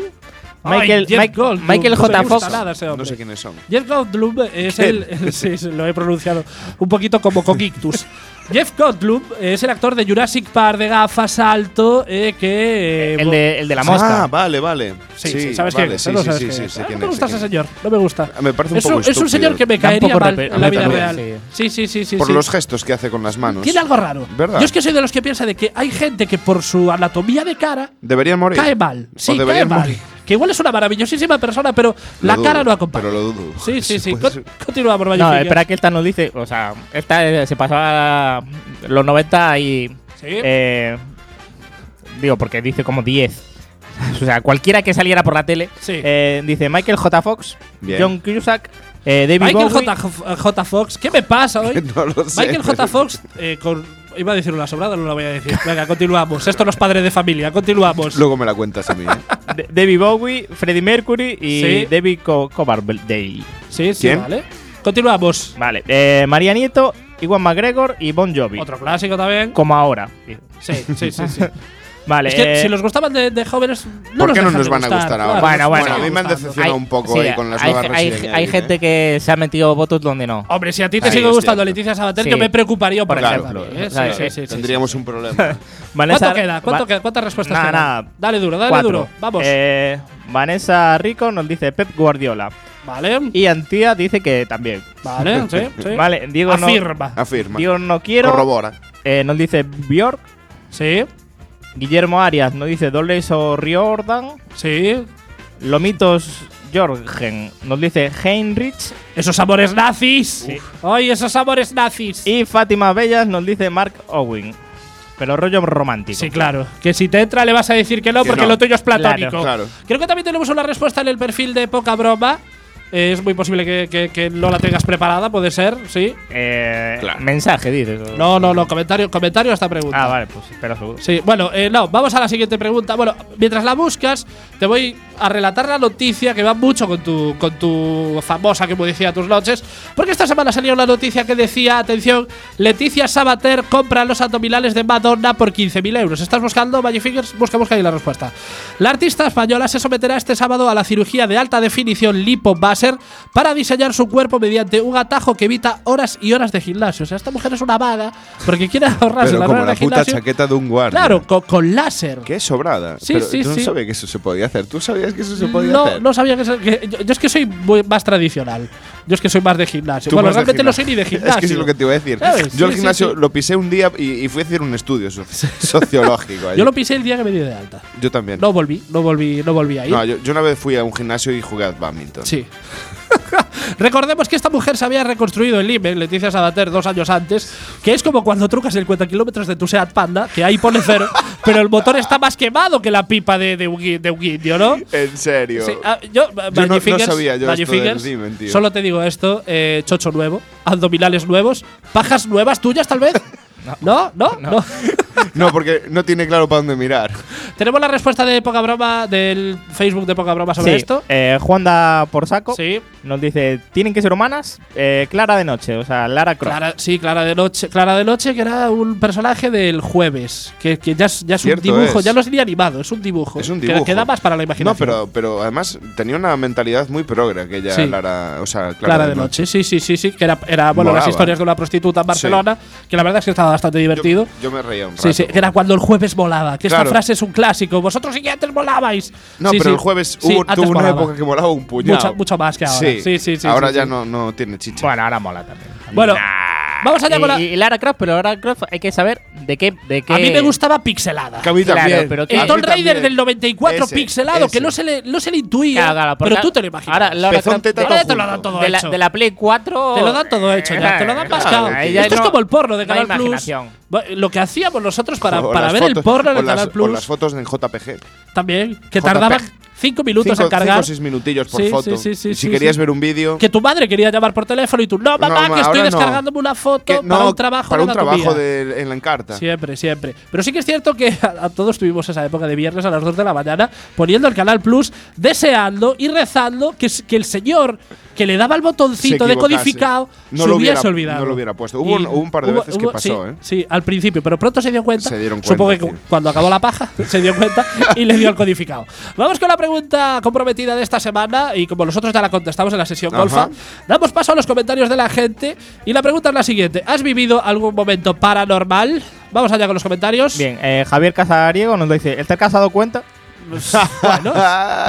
Speaker 4: Ay,
Speaker 6: Michael,
Speaker 4: Jeff
Speaker 6: Mike-
Speaker 4: Goldblum,
Speaker 6: Michael
Speaker 4: no me
Speaker 6: J.
Speaker 4: gusta
Speaker 6: Fox.
Speaker 4: nada ese
Speaker 5: No
Speaker 4: hombre.
Speaker 5: sé quiénes son.
Speaker 4: Jeff Goldblum es el. sí, sí, lo he pronunciado un poquito como con ictus. Jeff Goldblum es el actor de Jurassic Park de gafas alto eh, que. eh,
Speaker 6: El
Speaker 4: bo-
Speaker 6: de, el de la mosca.
Speaker 5: Ah, vale, vale.
Speaker 4: Sí, sí, sabes
Speaker 5: vale,
Speaker 4: quién es,
Speaker 5: Sí,
Speaker 4: ¿no?
Speaker 5: sí,
Speaker 4: Sabes
Speaker 5: sí,
Speaker 4: quién
Speaker 5: sí,
Speaker 4: es.
Speaker 5: sé
Speaker 4: Ah, No
Speaker 5: quién
Speaker 4: me
Speaker 5: es,
Speaker 4: gusta
Speaker 5: sé
Speaker 4: ese
Speaker 5: quién
Speaker 4: señor, no me gusta.
Speaker 5: Ah, me parece un
Speaker 4: es,
Speaker 5: poco
Speaker 4: es un
Speaker 5: estúpido.
Speaker 4: señor que me caería
Speaker 6: Tampoco
Speaker 4: mal
Speaker 6: repe-
Speaker 4: en la
Speaker 6: a mí
Speaker 4: vida
Speaker 6: también,
Speaker 4: real. Sí, sí, sí, sí.
Speaker 5: Por
Speaker 4: sí.
Speaker 5: los gestos que hace con las manos.
Speaker 4: Tiene algo raro.
Speaker 5: ¿Verdad?
Speaker 4: Yo es que soy de los que piensa de que hay gente que por su anatomía de cara
Speaker 5: Deberían morir.
Speaker 4: cae mal.
Speaker 5: O
Speaker 4: Sí, cae
Speaker 5: deberían
Speaker 4: mal.
Speaker 5: morir.
Speaker 4: que igual es una maravillosísima persona, pero la
Speaker 5: Lo
Speaker 4: cara
Speaker 5: dudo,
Speaker 4: no acompaña.
Speaker 5: Pero lo dudo.
Speaker 4: Sí, sí, sí.
Speaker 5: Puede
Speaker 4: Con-
Speaker 5: ser.
Speaker 4: Continuamos,
Speaker 6: No,
Speaker 4: Vallecillas.
Speaker 6: espera que esta nos dice, o sea, esta eh, se pasaba los 90 y...
Speaker 4: Sí.
Speaker 6: eh, digo, porque dice como 10. O sea, cualquiera que saliera por la tele.
Speaker 4: Sí.
Speaker 6: eh, dice Michael J. Fox,
Speaker 5: Bien.
Speaker 6: John Cusack, eh, David
Speaker 4: Michael
Speaker 6: Bowie.
Speaker 4: J. J. Fox, ¿qué me pasa hoy?
Speaker 5: No lo sé. pues.
Speaker 4: Michael J. Fox, eh, con- iba a decir una sobrada, no la voy a decir. Venga, continuamos. Esto no es padre de familia, continuamos.
Speaker 5: Luego me la cuentas a mí. ¿eh?
Speaker 6: D- David Bowie, Freddie Mercury y
Speaker 4: Sí.
Speaker 6: David Co- Coverdale.
Speaker 4: Sí, sí,
Speaker 5: ¿Quién?
Speaker 4: vale. Continuamos.
Speaker 6: Vale, eh, María Nieto, Iwan McGregor y Bon Jovi.
Speaker 4: Otro clásico también.
Speaker 6: Como ahora.
Speaker 4: Sí, sí, sí. sí.
Speaker 6: Vale,
Speaker 4: es que
Speaker 6: eh,
Speaker 4: si los gustaban de, de jóvenes, no
Speaker 5: ¿Por qué no
Speaker 4: dejan
Speaker 5: nos
Speaker 4: de
Speaker 5: van a gustar ahora?
Speaker 4: claro,
Speaker 6: Bueno,
Speaker 4: nos
Speaker 6: bueno.
Speaker 5: a
Speaker 4: siguen
Speaker 5: mí me han
Speaker 4: gustando.
Speaker 5: decepcionado un poco
Speaker 6: sí,
Speaker 5: eh, con las
Speaker 6: hay,
Speaker 5: nuevas
Speaker 6: hay-
Speaker 5: reseñas,
Speaker 6: hay
Speaker 5: ¿eh?
Speaker 6: gente que se ha metido votos donde no.
Speaker 4: Hombre, si a ti te
Speaker 5: Ahí
Speaker 4: sigue
Speaker 5: es
Speaker 4: gustando
Speaker 5: cierto.
Speaker 4: Leticia Sabater,
Speaker 6: Sí.
Speaker 4: yo me preocuparía por,
Speaker 6: Por
Speaker 4: ella
Speaker 5: ejemplo,
Speaker 4: también, ¿eh?
Speaker 6: eh,
Speaker 4: Sí,
Speaker 6: claro.
Speaker 4: sí, sí, sí, sí.
Speaker 5: Tendríamos un problema.
Speaker 6: Vanessa-
Speaker 4: ¿Cuánto queda? ¿Cuánto
Speaker 6: Va-
Speaker 4: queda? ¿Cuántas respuestas
Speaker 6: Nada,
Speaker 4: quedan?
Speaker 6: nada.
Speaker 4: Dale duro, dale
Speaker 6: Cuatro.
Speaker 4: duro. Vamos.
Speaker 6: Eh, Vanessa Rico nos dice Pep Guardiola.
Speaker 4: vale,
Speaker 6: Y Antía dice que también.
Speaker 4: vale, sí, sí.
Speaker 6: Vale, Diego no,
Speaker 4: Afirma.
Speaker 5: Afirma.
Speaker 6: Diego no quiero.
Speaker 5: Corrobora.
Speaker 6: eh, nos dice Bjork.
Speaker 4: Sí,
Speaker 6: Guillermo Arias nos dice Dolores O'Riordan.
Speaker 4: sí.
Speaker 6: Lomitos Jorgen nos dice Heinrich.
Speaker 4: Esos amores nazis. Ay, esos amores nazis.
Speaker 6: Y Fátima Bellas nos dice Mark Owen. Pero rollo romántico.
Speaker 4: Sí, claro. Que si te entra le vas a decir que no
Speaker 5: Que
Speaker 4: porque
Speaker 5: no.
Speaker 4: lo tuyo es platónico.
Speaker 5: Claro, claro.
Speaker 4: Creo que también tenemos una respuesta en el perfil de poca broma. Eh, es muy posible que, que- que no la tengas preparada, puede ser, sí.
Speaker 6: Eh,
Speaker 5: Claro.
Speaker 6: Mensaje, dices.
Speaker 4: No, no, no, comentario, comentario a esta pregunta.
Speaker 6: Ah, vale, pues espera un segundo.
Speaker 4: Sí, bueno, eh, no, vamos a la siguiente pregunta. Bueno, mientras la buscas, te voy a relatar la noticia que va mucho con tu, con tu famosa, que decía tus noches, porque esta semana salió la noticia que decía, atención, Leticia Sabater compra los abdominales de Madonna por 15.000 euros. ¿Estás buscando, Magifingers? Busca, busca ahí la respuesta. La artista española se someterá este sábado a la cirugía de alta definición lipobáser para diseñar su cuerpo mediante un atajo que evita horas y horas de gimnasio. O sea, esta mujer es una vaga porque quiere ahorrarse
Speaker 5: Pero
Speaker 4: las
Speaker 5: como
Speaker 4: horas
Speaker 5: la
Speaker 4: de
Speaker 5: puta
Speaker 4: gimnasio.
Speaker 5: chaqueta de un guardia.
Speaker 4: Claro, co- con, láser.
Speaker 5: Qué sobrada.
Speaker 4: Sí,
Speaker 5: Pero
Speaker 4: sí,
Speaker 5: tú no
Speaker 4: sí.
Speaker 5: sabías que eso se podía hacer. ¿Tú sabías que eso se podía
Speaker 4: No,
Speaker 5: hacer?
Speaker 4: no sabía que, se- que- yo, yo es que soy muy- más tradicional. Yo es que soy más de gimnasio.
Speaker 5: Tú
Speaker 4: Bueno,
Speaker 5: más de
Speaker 4: realmente no soy
Speaker 5: gimnasio.
Speaker 4: ni de gimnasio.
Speaker 5: Es que eso es lo que te iba a decir.
Speaker 4: ¿Sabes?
Speaker 5: Yo el
Speaker 4: Sí, sí,
Speaker 5: gimnasio
Speaker 4: sí.
Speaker 5: lo pisé un día y, y fui a hacer un estudio so- sociológico. allí.
Speaker 4: Yo lo pisé el día que me di de alta.
Speaker 5: Yo también.
Speaker 4: No volví, no volví, no volví ahí.
Speaker 5: No, yo, yo una vez fui a un gimnasio y jugué a badminton.
Speaker 4: Sí. Recordemos que esta mujer se había reconstruido el IME, Leticia Sabater, dos años antes, que es como cuando trucas el cuenta kilómetros de tu Seat Panda, que ahí pone cero, pero el motor está más quemado que la pipa de, de, un, gui- de un indio, ¿no?
Speaker 5: En serio.
Speaker 4: Sí, ah, yo,
Speaker 5: no- no
Speaker 4: Magnificers,
Speaker 5: sabía yo esto del
Speaker 4: Magnificers,
Speaker 5: Siemens, tío.
Speaker 4: Solo te digo esto: eh, chocho nuevo, abdominales nuevos, pajas nuevas tuyas, tal vez. No, no, no.
Speaker 5: No, porque no tiene claro para dónde mirar.
Speaker 4: Tenemos la respuesta de Poca Broma del Facebook de Poca Broma sobre
Speaker 6: Sí,
Speaker 4: esto.
Speaker 6: eh, Juan da por saco.
Speaker 4: Sí,
Speaker 6: Nos dice, tienen que ser humanas, eh, Clara de noche, o sea, Lara Croft.
Speaker 4: Clara, sí, Clara de Noche, Clara de Noche, que era un personaje del jueves, que, que ya es, ya es un
Speaker 5: Cierto
Speaker 4: dibujo,
Speaker 5: es.
Speaker 4: ya no es ni animado, es un dibujo.
Speaker 5: Es un
Speaker 4: que-
Speaker 5: dibujo.
Speaker 4: Que, da más para
Speaker 5: No,
Speaker 4: la imaginación.
Speaker 5: pero, pero además tenía una mentalidad muy progre aquella
Speaker 4: Sí.
Speaker 5: Lara, o sea, Clara,
Speaker 4: Clara,
Speaker 5: del
Speaker 4: de
Speaker 5: Mar.
Speaker 4: noche. sí, sí, sí, sí, que era, era, bueno, las
Speaker 5: Molaba.
Speaker 4: historias de una prostituta en Barcelona, que la verdad es que estaba bastante
Speaker 5: Yo-
Speaker 4: divertido.
Speaker 5: Yo, me reía un rato.
Speaker 4: Sí, sí, que era cuando el jueves volaba. Que
Speaker 5: Claro.
Speaker 4: esta frase es un clásico. Vosotros sí que antes volabais.
Speaker 5: No,
Speaker 4: Sí,
Speaker 5: pero
Speaker 4: sí.
Speaker 5: el jueves
Speaker 4: Sí,
Speaker 5: hubo,
Speaker 4: antes
Speaker 5: tuvo una
Speaker 4: volaba.
Speaker 5: época que molaba un puñado.
Speaker 4: Mucho- mucho más que ahora. Sí, sí, sí,
Speaker 5: Ahora
Speaker 4: sí,
Speaker 5: ya
Speaker 4: sí.
Speaker 5: No, no tiene chicha.
Speaker 6: Bueno, ahora mola también.
Speaker 4: Bueno, vamos allá
Speaker 6: Y-
Speaker 4: con la.
Speaker 6: y, Lara Croft, pero Lara Croft hay que saber de qué... De qué
Speaker 4: A mí me gustaba pixelada.
Speaker 5: Que a mí
Speaker 6: Claro,
Speaker 5: también.
Speaker 6: pero que-
Speaker 5: A
Speaker 4: El
Speaker 5: mí
Speaker 4: Tomb Raider
Speaker 5: también.
Speaker 4: del 94
Speaker 5: Ese,
Speaker 4: pixelado, que
Speaker 5: ese.
Speaker 4: no se le, no se le intuía.
Speaker 6: Claro, claro, porque
Speaker 4: pero tú te lo imaginas.
Speaker 6: Ahora Lara
Speaker 5: Pezón,
Speaker 6: Croft de,
Speaker 5: teta,
Speaker 4: Ahora ya te
Speaker 5: junto.
Speaker 4: lo dan todo
Speaker 6: de la,
Speaker 4: hecho.
Speaker 6: de la Play 4...
Speaker 4: Te lo dan todo hecho ya, te lo dan
Speaker 6: Eh,
Speaker 4: pascado.
Speaker 6: ahí ya
Speaker 4: Esto es
Speaker 6: no-
Speaker 4: como el porno de
Speaker 6: no hay
Speaker 4: Canal Plus.
Speaker 6: imaginación.
Speaker 4: Va- Lo que hacíamos nosotros para,
Speaker 5: O
Speaker 4: para
Speaker 5: las
Speaker 4: ver el
Speaker 5: fotos-
Speaker 4: porno
Speaker 5: o las-
Speaker 4: de Canal
Speaker 5: O las
Speaker 4: Plus
Speaker 5: fotos en JPG.
Speaker 4: también, que
Speaker 5: JPEG.
Speaker 4: tardaban 5 minutos
Speaker 5: Cinco-
Speaker 4: en cargar.
Speaker 5: cinco o seis minutillos por
Speaker 4: Sí,
Speaker 5: foto.
Speaker 4: sí, sí, sí,
Speaker 5: y si
Speaker 4: sí,
Speaker 5: querías
Speaker 4: sí.
Speaker 5: ver un vídeo.
Speaker 4: Que tu madre quería llamar por teléfono y tú, no, mamá,
Speaker 5: No, ma,
Speaker 4: que
Speaker 5: ahora
Speaker 4: estoy
Speaker 5: no.
Speaker 4: descargándome una foto
Speaker 5: que-
Speaker 4: para
Speaker 5: no,
Speaker 4: un trabajo
Speaker 5: Para
Speaker 4: de
Speaker 5: un
Speaker 4: anatomía".
Speaker 5: trabajo de- en la encarta.
Speaker 4: Siempre, siempre. Pero sí que es cierto que a, a todos tuvimos esa época de viernes a las 2 de la mañana poniendo el canal Plus, deseando y rezando que, s- que el señor que le daba el
Speaker 5: Se
Speaker 4: botoncito
Speaker 5: equivocase.
Speaker 4: decodificado
Speaker 5: No
Speaker 4: se
Speaker 5: lo
Speaker 4: hubiese
Speaker 5: hubiera-
Speaker 4: olvidado.
Speaker 5: no lo hubiera puesto. Hubo un- hubo un par de veces que pasó,
Speaker 4: sí,
Speaker 5: ¿eh?
Speaker 4: Sí, al principio, pero pronto se dio cuenta.
Speaker 5: Se dieron
Speaker 4: Supongo que
Speaker 5: cuenta,
Speaker 4: cu-
Speaker 5: sí.
Speaker 4: cuando acabó la paja se dio cuenta y le dio el codificado. Vamos con la pregunta comprometida de esta semana y como nosotros ya la contestamos en la sesión
Speaker 5: Ajá.
Speaker 4: golfa, damos paso a los comentarios de la gente y la pregunta es la siguiente. ¿Has vivido algún momento paranormal? Vamos allá con los comentarios.
Speaker 6: Bien, eh, Javier Casariego nos dice, ¿estás casado cuenta?
Speaker 4: Bueno,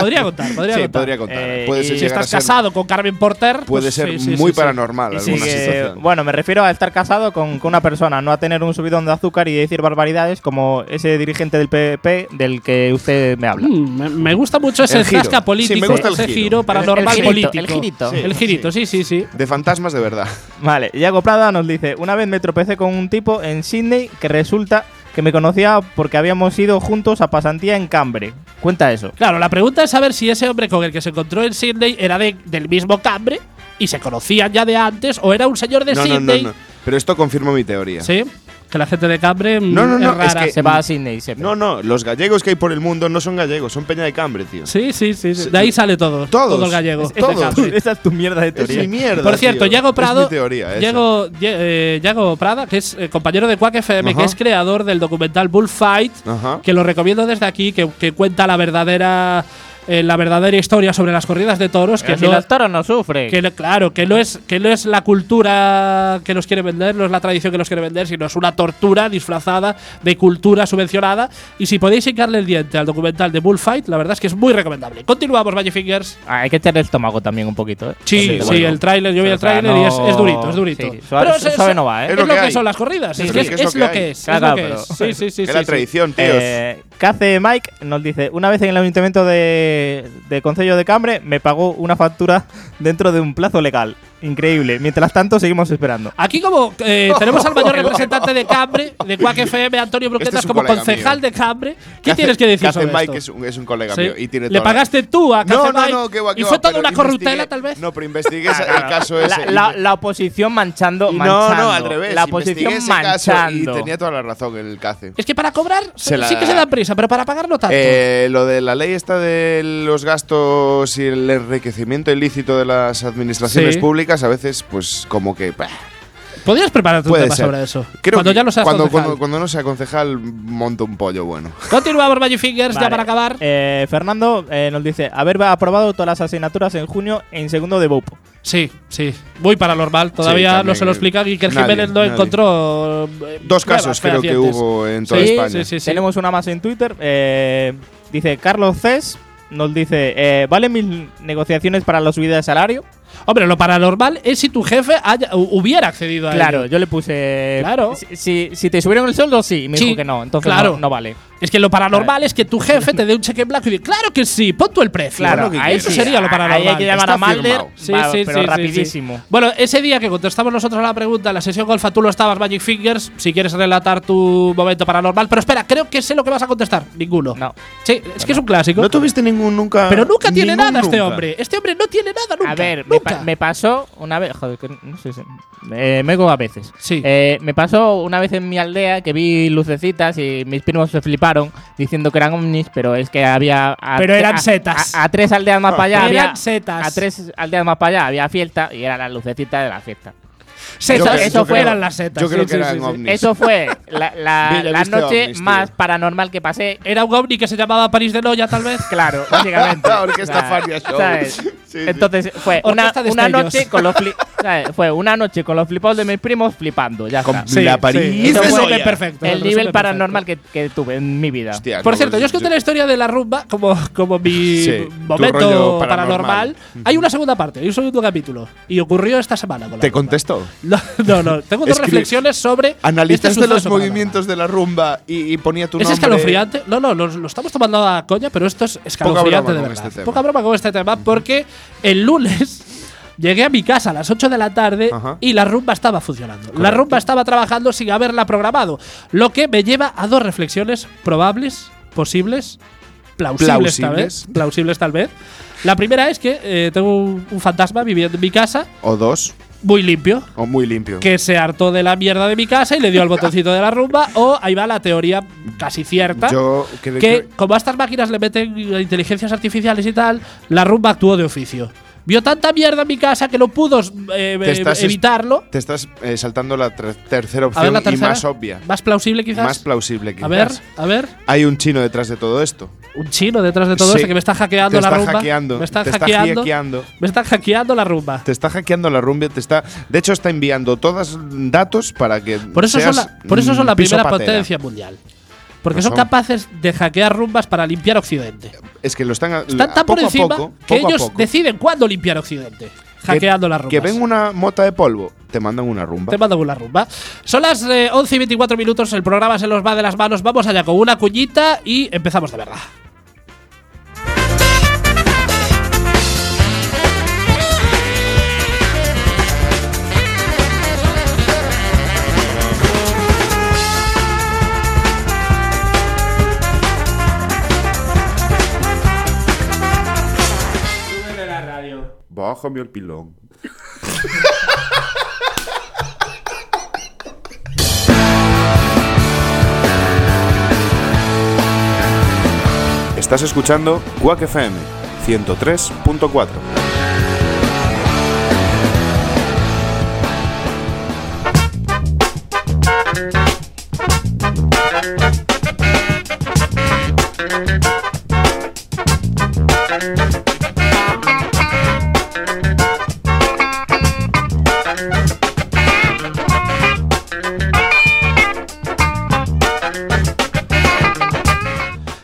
Speaker 4: podría contar, podría
Speaker 5: sí,
Speaker 4: contar.
Speaker 5: podría contar.
Speaker 6: Eh,
Speaker 5: puede
Speaker 6: y
Speaker 5: ser
Speaker 4: si
Speaker 5: llegar a
Speaker 4: estás
Speaker 5: ser-
Speaker 4: casado con Carmen Porter.
Speaker 5: Puede
Speaker 4: pues
Speaker 5: ser
Speaker 4: sí, sí,
Speaker 5: muy
Speaker 4: sí, sí.
Speaker 5: paranormal
Speaker 6: Sí,
Speaker 5: alguna
Speaker 6: que-
Speaker 5: situación.
Speaker 6: bueno, me refiero a estar casado con, con una persona, no a tener un subidón de azúcar y decir barbaridades como ese dirigente del PP del que usted me habla.
Speaker 4: Mm, me- Me gusta mucho ese
Speaker 5: El giro.
Speaker 4: zasca político,
Speaker 5: Sí, me gusta el
Speaker 4: ese
Speaker 5: giro.
Speaker 4: giro
Speaker 6: El
Speaker 4: paranormal
Speaker 6: girito,
Speaker 4: político.
Speaker 6: el girito.
Speaker 4: El girito, sí, sí, sí.
Speaker 5: De fantasmas de verdad.
Speaker 6: Vale, Iago Prada nos dice, una vez me tropecé con un tipo en Sydney que resulta que me conocía porque habíamos ido juntos a pasantía en Cambre. Cuenta eso.
Speaker 4: Claro, la pregunta es saber si ese hombre con el que se encontró en Sydney era de- del mismo cambre y se conocían ya de antes o era un señor de
Speaker 5: No, no, no,
Speaker 4: Sydney.
Speaker 5: no. Pero esto confirma mi teoría.
Speaker 4: Sí, que la gente de cambre mm,
Speaker 5: No, no, no,
Speaker 4: es rara.
Speaker 5: es que-
Speaker 6: Se va a Sydney, se
Speaker 5: No, no, los gallegos que hay por el mundo no son gallegos, son peña de cambre, tío.
Speaker 4: Sí, sí, sí, sí. De ahí sale todo.
Speaker 5: Todos.
Speaker 4: Todo el gallego.
Speaker 5: Es- todos.
Speaker 4: de Cambre.
Speaker 6: Esa es tu mierda de
Speaker 5: Es
Speaker 6: teoría.
Speaker 5: mi mierda.
Speaker 4: Por cierto,
Speaker 5: tío.
Speaker 4: Yago Prado,
Speaker 5: Es mi teoría, esa.
Speaker 4: Yago, Ye- eh, Yago Prada, que es eh, compañero de Quack FM, que
Speaker 5: Ajá.
Speaker 4: es creador del documental Bullfight,
Speaker 5: Ajá.
Speaker 4: que lo recomiendo desde aquí, que, que cuenta la verdadera, eh, la verdadera historia sobre las corridas de toros, que
Speaker 6: que si
Speaker 4: no,
Speaker 6: los toros no sufren.
Speaker 4: que no- claro, que no es que no es la cultura que nos quiere vender, no es la tradición que nos quiere vender, sino es una tortura disfrazada de cultura subvencionada. Y si podéis hincarle el diente al documental de Bullfight, la verdad es que es muy recomendable. Continuamos, Valle Fingers.
Speaker 6: Ah, hay que echarle el estómago también un poquito, ¿eh?
Speaker 4: Sí,
Speaker 5: Entonces,
Speaker 4: sí,
Speaker 5: bueno.
Speaker 4: el tráiler, yo vi
Speaker 6: O
Speaker 4: el
Speaker 6: sea,
Speaker 4: tráiler y es,
Speaker 6: no-
Speaker 4: es durito, es durito.
Speaker 6: sí, suave-
Speaker 4: es-
Speaker 6: suave no va, ¿eh?
Speaker 4: Es, lo que,
Speaker 5: hay.
Speaker 4: son las corridas,
Speaker 5: Sí,
Speaker 4: es,
Speaker 5: sí,
Speaker 4: que es,
Speaker 5: es lo
Speaker 4: es
Speaker 5: que
Speaker 4: lo
Speaker 5: hay.
Speaker 4: que es, es
Speaker 6: Claro,
Speaker 4: lo que
Speaker 6: pero-
Speaker 4: es. Sí, sí, sí,
Speaker 5: Es
Speaker 4: sí,
Speaker 5: la
Speaker 4: sí.
Speaker 5: tradición, tíos.
Speaker 6: Eh, Cace Mike nos dice, una vez en el ayuntamiento de, de Concello de Cambre me pagó una factura dentro de un plazo legal. Increíble. Mientras tanto seguimos esperando.
Speaker 4: Aquí como eh, tenemos al mayor representante de Cambre, de Quack FM, Antonio Bruquetas,
Speaker 5: Este es un
Speaker 4: como
Speaker 5: colega
Speaker 4: concejal
Speaker 5: mío.
Speaker 4: de Cambre, ¿qué
Speaker 5: hace-
Speaker 4: tienes que decir
Speaker 5: hace
Speaker 4: sobre
Speaker 5: Mike es
Speaker 4: esto?
Speaker 5: un, es un colega
Speaker 4: Sí.
Speaker 5: mío y tiene toda
Speaker 4: Le
Speaker 5: la-
Speaker 4: pagaste tú a
Speaker 5: No,
Speaker 4: Cace
Speaker 5: no,
Speaker 4: Mike
Speaker 5: no, que va, que
Speaker 4: y
Speaker 5: va,
Speaker 4: fue toda
Speaker 5: pero
Speaker 4: una
Speaker 5: investigué-
Speaker 4: corruptela tal vez.
Speaker 5: No, pero investigué ese- el caso ese.
Speaker 6: La, la- la oposición manchando,
Speaker 5: No,
Speaker 6: manchando.
Speaker 5: no, al revés.
Speaker 6: La
Speaker 5: investigué
Speaker 6: oposición
Speaker 5: ese caso
Speaker 6: manchando.
Speaker 5: y tenía toda la razón el CACE.
Speaker 4: Es que para cobrar
Speaker 5: Se la-
Speaker 4: sí que se da prisa, pero para pagar no tanto.
Speaker 5: Eh, lo de la ley esta de los gastos y el enriquecimiento ilícito de las administraciones
Speaker 4: Sí.
Speaker 5: públicas, a veces, pues como que. bah,
Speaker 4: Podrías prepararte un
Speaker 5: puede
Speaker 4: tema
Speaker 5: ser.
Speaker 4: sobre eso.
Speaker 5: Creo
Speaker 4: cuando
Speaker 5: que
Speaker 4: ya lo seas
Speaker 5: cuando,
Speaker 4: concejal.
Speaker 5: cuando, cuando no sea concejal, monto un pollo bueno.
Speaker 4: Continuamos, Magic Fingers, ya
Speaker 6: Vale.
Speaker 4: para acabar.
Speaker 6: Eh, Fernando eh, nos dice haber aprobado todas las asignaturas en junio en segundo de BUP.
Speaker 4: Sí, sí. Muy paranormal. Todavía no
Speaker 5: también.
Speaker 4: se lo explica y que el
Speaker 5: Nadie,
Speaker 4: Jiménez no
Speaker 5: nadie.
Speaker 4: encontró. eh,
Speaker 5: Dos
Speaker 4: pruebas
Speaker 5: casos creo que
Speaker 4: fehacientes.
Speaker 5: hubo en toda
Speaker 4: sí,
Speaker 5: España.
Speaker 4: Sí, sí, sí.
Speaker 6: Tenemos una más en Twitter. eh, dice Carlos Cés nos dice eh, ¿valen mis negociaciones para la subida de salario?
Speaker 4: Hombre, lo paranormal es si tu jefe haya- hu- hubiera accedido a
Speaker 6: Claro,
Speaker 4: ello.
Speaker 6: yo le puse.
Speaker 4: Claro.
Speaker 6: Si, si, si te subieron el sueldo, sí. Y me
Speaker 4: Sí,
Speaker 6: dijo que no. Entonces
Speaker 4: claro.
Speaker 6: no, no vale.
Speaker 4: Es que lo paranormal es que tu jefe te dé un cheque en blanco y diga, claro que sí, pon tú el precio.
Speaker 5: Claro,
Speaker 4: eso
Speaker 5: ahí sí.
Speaker 4: sería lo paranormal.
Speaker 6: Ahí hay que llamar
Speaker 5: Está
Speaker 6: a Malder.
Speaker 5: firmado.
Speaker 4: Sí,
Speaker 6: va,
Speaker 4: sí,
Speaker 6: pero
Speaker 4: sí, sí,
Speaker 6: rapidísimo.
Speaker 4: sí. Bueno, ese día que contestamos nosotros la pregunta en la sesión golfa, tú lo estabas, Magic Fingers. Si quieres relatar tu momento paranormal. Pero espera, creo que sé lo que vas a contestar. Ninguno.
Speaker 6: No.
Speaker 4: Sí, es que es un clásico.
Speaker 5: No tuviste ningún nunca.
Speaker 4: Pero nunca tiene
Speaker 5: ningún
Speaker 4: nada este
Speaker 5: nunca.
Speaker 4: hombre. Este hombre no tiene nada nunca.
Speaker 6: a ver, me,
Speaker 4: nunca.
Speaker 6: pa- me pasó una vez. Joder, que no sé si- eh, me go a veces.
Speaker 4: Sí.
Speaker 6: Eh, me pasó una vez en mi aldea que vi lucecitas y mis primos se fliparon diciendo que eran ovnis, pero es que había. a-
Speaker 4: Pero eran
Speaker 6: a-
Speaker 4: setas.
Speaker 6: A, a tres aldeas más para allá.
Speaker 4: Eran
Speaker 6: había-
Speaker 4: setas.
Speaker 6: A tres aldeas más para allá había fiesta y eran las lucecitas de la fiesta.
Speaker 4: Setas,
Speaker 5: Yo creo-
Speaker 4: eso
Speaker 5: yo creo-
Speaker 4: eran las setas.
Speaker 5: Yo creo
Speaker 4: sí,
Speaker 5: que
Speaker 4: sí,
Speaker 5: eran
Speaker 4: sí, sí.
Speaker 5: ovnis.
Speaker 6: Eso fue la, la-
Speaker 5: Mira,
Speaker 6: la
Speaker 5: viste
Speaker 6: noche
Speaker 5: ovnis, tío.
Speaker 6: más paranormal que pasé.
Speaker 4: Era un ovni que se llamaba París de Noya, tal vez.
Speaker 6: Claro, básicamente.
Speaker 5: La orquesta
Speaker 6: O sea,
Speaker 5: Fania Show.
Speaker 6: ¿sabes?
Speaker 5: Sí, sí.
Speaker 6: Entonces fue una,
Speaker 4: Orquesta de
Speaker 6: una
Speaker 4: estrellas.
Speaker 6: noche con los fli- ¿sabes? fue una noche con los flipados de mis primos flipando, ya está.
Speaker 5: Sí, la París
Speaker 4: sí, eso
Speaker 6: de
Speaker 4: fue
Speaker 6: Noia.
Speaker 4: el perfecto.
Speaker 6: El nivel
Speaker 4: resumen
Speaker 6: paranormal que, que tuve en mi vida.
Speaker 5: Hostia,
Speaker 4: Por
Speaker 5: no, pues
Speaker 4: cierto, yo os conté la historia de la rumba como, como mi
Speaker 5: Sí, tu
Speaker 4: momento
Speaker 5: rollo
Speaker 4: paranormal.
Speaker 5: paranormal.
Speaker 4: Hay una segunda parte, hay un segundo capítulo. Y ocurrió esta semana. Con la
Speaker 5: Te
Speaker 4: rumba.
Speaker 5: contesto.
Speaker 4: No, no, no. Tengo dos
Speaker 5: Escribe-
Speaker 4: reflexiones sobre.
Speaker 5: Analistas
Speaker 4: este
Speaker 5: de los
Speaker 4: suceso paranormal.
Speaker 5: movimientos de la rumba y, y ponía tu
Speaker 4: ¿Es
Speaker 5: nombre.
Speaker 4: escalofriante? No, no, lo, lo estamos tomando a coña, pero esto es
Speaker 5: Poca broma
Speaker 4: escalofriante de
Speaker 5: con
Speaker 4: verdad.
Speaker 5: este tema.
Speaker 4: Poca broma con este tema, porque el lunes llegué a mi casa a las 8 de la tarde
Speaker 5: Ajá.
Speaker 4: y la rumba estaba funcionando. La rumba estaba trabajando sin haberla programado, lo que me lleva a dos reflexiones probables, posibles, plausibles, tal vez.
Speaker 5: Plausibles.
Speaker 4: Plausibles tal vez. La primera es que eh, tengo un, un fantasma viviendo en mi casa,
Speaker 5: O dos,
Speaker 4: muy limpio,
Speaker 5: o muy limpio.
Speaker 4: que se hartó de la mierda de mi casa y le dio al botoncito de la rumba, o ahí va la teoría casi cierta.
Speaker 5: Yo creo
Speaker 4: que
Speaker 5: que.
Speaker 4: como a estas máquinas le meten inteligencias artificiales y tal, la rumba actuó de oficio. Vio tanta mierda en mi casa que no pudo eh,
Speaker 5: Te estás-
Speaker 4: evitarlo.
Speaker 5: Te estás eh, saltando la ter- tercera
Speaker 4: A ver
Speaker 5: opción
Speaker 4: la tercera.
Speaker 5: y más obvia.
Speaker 4: Más plausible quizás.
Speaker 5: Más plausible que
Speaker 4: a ver, a ver.
Speaker 5: Hay un chino detrás de todo esto.
Speaker 4: Un chino detrás de todo
Speaker 5: Sí.
Speaker 4: eso que me está hackeando
Speaker 5: Te
Speaker 4: la
Speaker 5: está
Speaker 4: rumba.
Speaker 5: hackeando,
Speaker 4: Me está
Speaker 5: te está
Speaker 4: hackeando.
Speaker 5: hackeando.
Speaker 4: Me está hackeando la rumba.
Speaker 5: Te está hackeando la rumba, te está. De hecho, está enviando todos datos para que.
Speaker 4: Por eso, son
Speaker 5: seas,
Speaker 4: la, por eso son
Speaker 5: mm,
Speaker 4: la
Speaker 5: piso
Speaker 4: primera
Speaker 5: patera.
Speaker 4: potencia mundial. Porque
Speaker 5: No
Speaker 4: son
Speaker 5: son.
Speaker 4: capaces de hackear rumbas para limpiar Occidente.
Speaker 5: Es que lo están, a-
Speaker 4: Están tan
Speaker 5: poco
Speaker 4: por encima
Speaker 5: a poco,
Speaker 4: que
Speaker 5: poco a
Speaker 4: ellos
Speaker 5: poco.
Speaker 4: deciden cuándo limpiar Occidente.
Speaker 5: Que-
Speaker 4: Hackeando las rumbas.
Speaker 5: Que ven una mota de polvo, te mandan una rumba.
Speaker 4: Te mando una rumba. Son las eh, 11 y 24 minutos, el programa se nos va de las manos. Vamos allá con una cuñita y empezamos de verdad.
Speaker 5: Bájame el pilón. Estás escuchando Quack FM 103.4.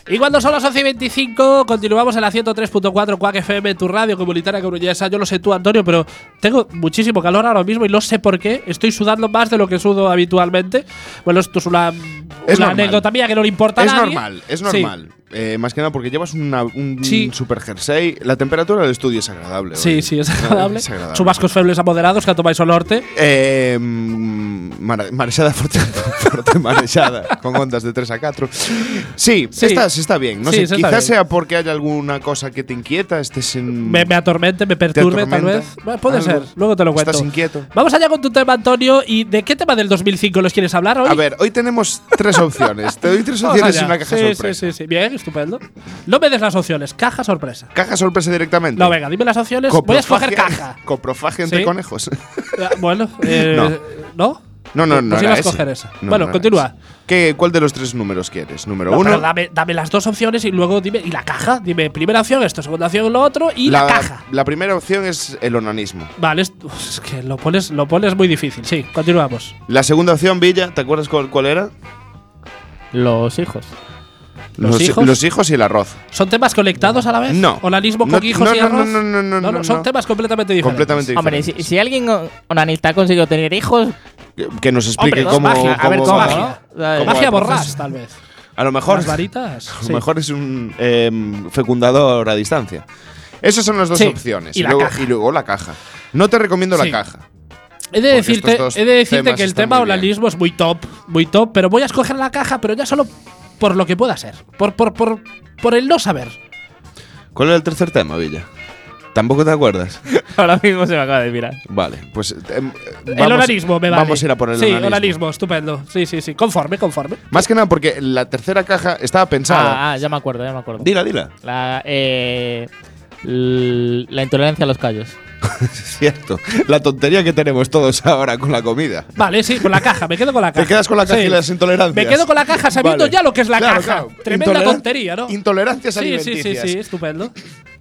Speaker 4: Y cuando son las 11 y 25, continuamos en la 103.4 Quack FM, tu radio comunitaria coruñesa. Yo lo sé tú, Antonio, pero tengo muchísimo calor ahora mismo y no sé por qué. Estoy sudando más de lo que sudo habitualmente. Bueno, esto es una,
Speaker 5: Es
Speaker 4: una
Speaker 5: normal.
Speaker 4: anécdota mía que no le importa a
Speaker 5: Es
Speaker 4: nadie.
Speaker 5: normal, es
Speaker 4: Sí.
Speaker 5: normal. Eh, más que nada porque llevas una- un
Speaker 4: Sí.
Speaker 5: super jersey. La temperatura del estudio es agradable.
Speaker 4: Sí,
Speaker 5: oye.
Speaker 4: sí, es agradable.
Speaker 5: Es agradable.
Speaker 4: Chubascos febles a moderados que tomáis al norte.
Speaker 5: Eh, mm, mare- marejada forte, forte marejada, con ondas de 3 a 4. Sí,
Speaker 4: Sí.
Speaker 5: Está, sí está bien. No
Speaker 4: Sí,
Speaker 5: sé,
Speaker 4: eso
Speaker 5: quizás
Speaker 4: está bien.
Speaker 5: sea porque haya alguna cosa que te inquieta, estés en...
Speaker 4: me, me atormente, me perturbe tal
Speaker 5: atormenta?
Speaker 4: vez. Bueno, puede ser,
Speaker 5: Algo.
Speaker 4: luego te lo cuento.
Speaker 5: Estás inquieto.
Speaker 4: Vamos allá con tu tema, Antonio. ¿Y de qué tema del 2005 los quieres hablar hoy?
Speaker 5: A ver, hoy tenemos tres opciones. Te doy tres
Speaker 4: Vamos
Speaker 5: opciones y
Speaker 4: allá.
Speaker 5: una caja
Speaker 4: sí,
Speaker 5: sorpresa.
Speaker 4: Sí, sí, sí. Bien, estupendo. No me des las opciones, caja sorpresa.
Speaker 5: Caja sorpresa directamente.
Speaker 4: No, venga, dime las opciones. Voy a escoger
Speaker 5: Coprofagia-
Speaker 4: caja.
Speaker 5: Coprofagia entre
Speaker 4: Sí.
Speaker 5: conejos.
Speaker 4: Ah, bueno, eh, ¿no?
Speaker 5: No, no,
Speaker 4: Pues
Speaker 5: no.
Speaker 4: iba
Speaker 5: era
Speaker 4: a escoger
Speaker 5: ese.
Speaker 4: esa.
Speaker 5: No,
Speaker 4: Bueno,
Speaker 5: no era
Speaker 4: continúa.
Speaker 5: ese. ¿Qué, ¿Cuál de los tres números quieres? Número
Speaker 4: No, pero
Speaker 5: uno.
Speaker 4: dame, dame las dos opciones y luego dime. ¿Y la caja? Dime primera opción esto, segunda opción lo otro y la, caja.
Speaker 5: la primera opción es el onanismo.
Speaker 4: Vale, es, es que lo pones, lo pones muy difícil. Sí, continuamos.
Speaker 5: La segunda opción, Villa, ¿te acuerdas cuál, cuál era?
Speaker 6: Los hijos.
Speaker 4: ¿Los
Speaker 5: hi-
Speaker 4: hijos?
Speaker 5: los hijos y el arroz.
Speaker 4: ¿Son temas conectados a la vez?
Speaker 5: No.
Speaker 4: ¿Onanismo con
Speaker 5: No,
Speaker 4: hijos
Speaker 5: no,
Speaker 4: y
Speaker 5: no,
Speaker 4: arroz?
Speaker 5: no, no, no, no,
Speaker 4: Son
Speaker 5: no.
Speaker 4: temas completamente diferentes.
Speaker 5: Completamente
Speaker 1: Hombre,
Speaker 5: diferente.
Speaker 1: si, si alguien o- onanista ha conseguido tener hijos,
Speaker 5: Que, que nos
Speaker 1: Hombre,
Speaker 5: explique
Speaker 4: es
Speaker 5: cómo,
Speaker 4: magia.
Speaker 1: A ver,
Speaker 5: cómo-
Speaker 1: ¿cómo,
Speaker 5: a
Speaker 1: no? Dale.
Speaker 5: cómo va
Speaker 4: Magia
Speaker 5: el proceso.
Speaker 4: borrás, tal vez.
Speaker 5: A lo mejor,
Speaker 4: Las varitas.
Speaker 5: a
Speaker 4: sí.
Speaker 5: lo mejor es un em, fecundador a distancia. Esas son las dos
Speaker 4: Sí.
Speaker 5: opciones.
Speaker 4: Y la
Speaker 5: luego,
Speaker 4: caja.
Speaker 5: y luego la caja. No te recomiendo
Speaker 4: Sí.
Speaker 5: la caja.
Speaker 4: He de
Speaker 5: Porque
Speaker 4: decirte,
Speaker 5: estos dos
Speaker 4: he de decirte
Speaker 5: temas
Speaker 4: que el
Speaker 5: están
Speaker 4: tema
Speaker 5: muy bien.
Speaker 4: onanismo es muy top, muy top, pero voy a escoger la caja, pero ya solo por lo que pueda ser. Por, por, por, por el no saber.
Speaker 5: ¿Cuál era el tercer tema, Villa? ¿Tampoco te acuerdas?
Speaker 6: Ahora mismo se me acaba de mirar.
Speaker 5: Vale, pues. em, vamos-
Speaker 4: el onanismo me vale.
Speaker 5: Vamos a ir a por el
Speaker 4: Sí,
Speaker 5: onanismo.
Speaker 4: onanismo, estupendo. Sí, sí, sí. Conforme, conforme.
Speaker 5: Más que nada porque la tercera caja estaba pensada.
Speaker 1: ah, ah, ya me acuerdo, ya me acuerdo.
Speaker 5: Dila, dila.
Speaker 1: La, eh, l- la intolerancia a los callos.
Speaker 5: Cierto. La tontería que tenemos todos ahora con la comida.
Speaker 4: Vale, sí, con la caja, me quedo con la caja.
Speaker 5: Te quedas con la caja
Speaker 4: Sí.
Speaker 5: y las intolerancias.
Speaker 4: Me quedo con la caja sabiendo
Speaker 5: Vale.
Speaker 4: ya lo que es la
Speaker 5: Claro,
Speaker 4: caja.
Speaker 5: claro.
Speaker 4: Tremenda
Speaker 5: Intoleran-
Speaker 4: tontería, ¿no?
Speaker 5: Intolerancias
Speaker 4: Sí, sí, sí,
Speaker 5: alimenticias.
Speaker 4: sí, estupendo.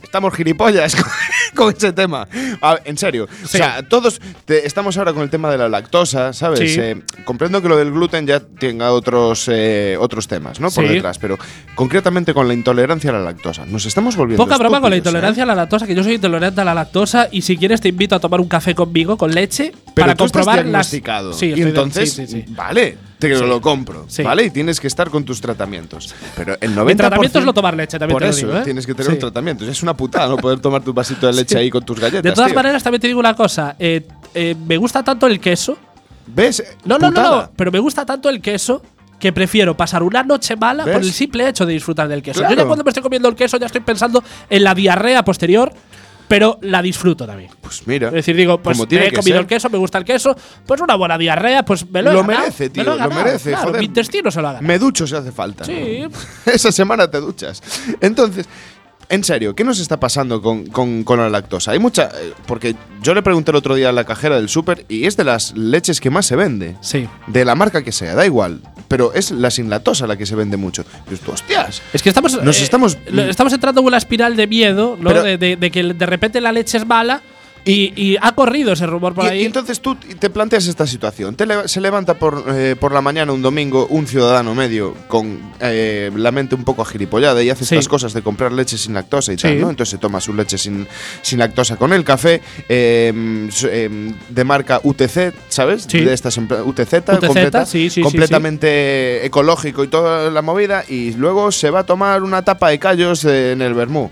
Speaker 5: Estamos gilipollas con, con ese tema. A ver, en serio.
Speaker 4: Sí.
Speaker 5: O sea, todos te- estamos ahora con el tema de la lactosa, ¿sabes?
Speaker 4: Sí.
Speaker 5: Eh, comprendo que lo del gluten ya tenga otros, eh, otros temas, ¿no? Por
Speaker 4: Sí.
Speaker 5: detrás, pero concretamente con la intolerancia a la lactosa. Nos estamos volviendo.
Speaker 4: Poca broma con la
Speaker 5: estúpidos,
Speaker 4: intolerancia
Speaker 5: ¿eh?
Speaker 4: a la lactosa, que yo soy intolerante a la lactosa y si quieres te invito a tomar un café conmigo con leche
Speaker 5: Pero
Speaker 4: para
Speaker 5: tú estás
Speaker 4: comprobar las
Speaker 5: diagnosticado.
Speaker 4: Sí,
Speaker 5: y
Speaker 4: estoy de-
Speaker 5: entonces,
Speaker 4: sí, sí, sí.
Speaker 5: vale, te lo compro,
Speaker 4: Sí.
Speaker 5: ¿vale? Y tienes que estar con tus tratamientos. Pero el 90%
Speaker 4: Mi tratamiento es no tomar leche, también
Speaker 5: Por
Speaker 4: te lo
Speaker 5: eso
Speaker 4: digo, ¿eh?
Speaker 5: tienes que tener
Speaker 4: Sí.
Speaker 5: un tratamiento. Es una putada no poder tomar tu vasito de leche ahí con tus galletas.
Speaker 4: De todas
Speaker 5: tío.
Speaker 4: maneras también te digo una cosa, eh, eh, me gusta tanto el queso,
Speaker 5: ¿Ves?
Speaker 4: no, no, no,
Speaker 5: Putada.
Speaker 4: no, pero me gusta tanto el queso que prefiero pasar una noche mala por
Speaker 5: ¿Ves?
Speaker 4: el simple hecho de disfrutar del queso. Yo ya
Speaker 5: Claro.
Speaker 4: cuando me estoy comiendo el queso ya estoy pensando en la diarrea posterior, pero la disfruto también.
Speaker 5: Pues mira.
Speaker 4: Es decir, digo, pues
Speaker 5: como tiene
Speaker 4: me he
Speaker 5: que
Speaker 4: comido
Speaker 5: ser.
Speaker 4: el queso, me gusta el queso, pues una buena diarrea, pues me lo he
Speaker 5: Lo
Speaker 4: ganado,
Speaker 5: merece, tío,
Speaker 4: me he
Speaker 5: lo
Speaker 4: ganado,
Speaker 5: merece,
Speaker 4: claro,
Speaker 5: joder.
Speaker 4: Mi intestino se lo ha ganado.
Speaker 5: Me ducho si hace falta.
Speaker 4: Sí.
Speaker 5: Esa semana te duchas. Entonces, en serio, ¿qué nos está pasando con, con- con la lactosa? Hay mucha. eh, Porque yo le pregunté el otro día a la cajera del súper y es de las leches que más se vende.
Speaker 4: Sí.
Speaker 5: De la marca que sea, da igual. Pero es la sin lactosa la que se vende mucho. Y dices tú, hostias.
Speaker 4: Es que estamos. eh,
Speaker 5: Nos estamos-
Speaker 4: lo- estamos entrando en una espiral de miedo, ¿no?
Speaker 5: Pero-
Speaker 4: de, de- de que de repente la leche es mala. Y, y ha corrido ese rumor por
Speaker 5: Y-
Speaker 4: ahí.
Speaker 5: Y, entonces tú te planteas esta situación. Te le- se levanta por, eh, por la mañana un domingo un ciudadano medio con eh, la mente un poco agilipollada y hace
Speaker 4: Sí.
Speaker 5: estas cosas de comprar leche sin lactosa y
Speaker 4: Sí.
Speaker 5: tal, ¿no? Entonces se toma su leche sin, sin lactosa con el café eh, su- eh, de marca UTC, ¿sabes?
Speaker 4: Sí.
Speaker 5: De estas en pla- UTZ,
Speaker 4: UTZ, sí, sí, sí,
Speaker 5: completamente ecológico y toda la movida. Y luego se va a tomar una tapa de callos eh, en el Bermú.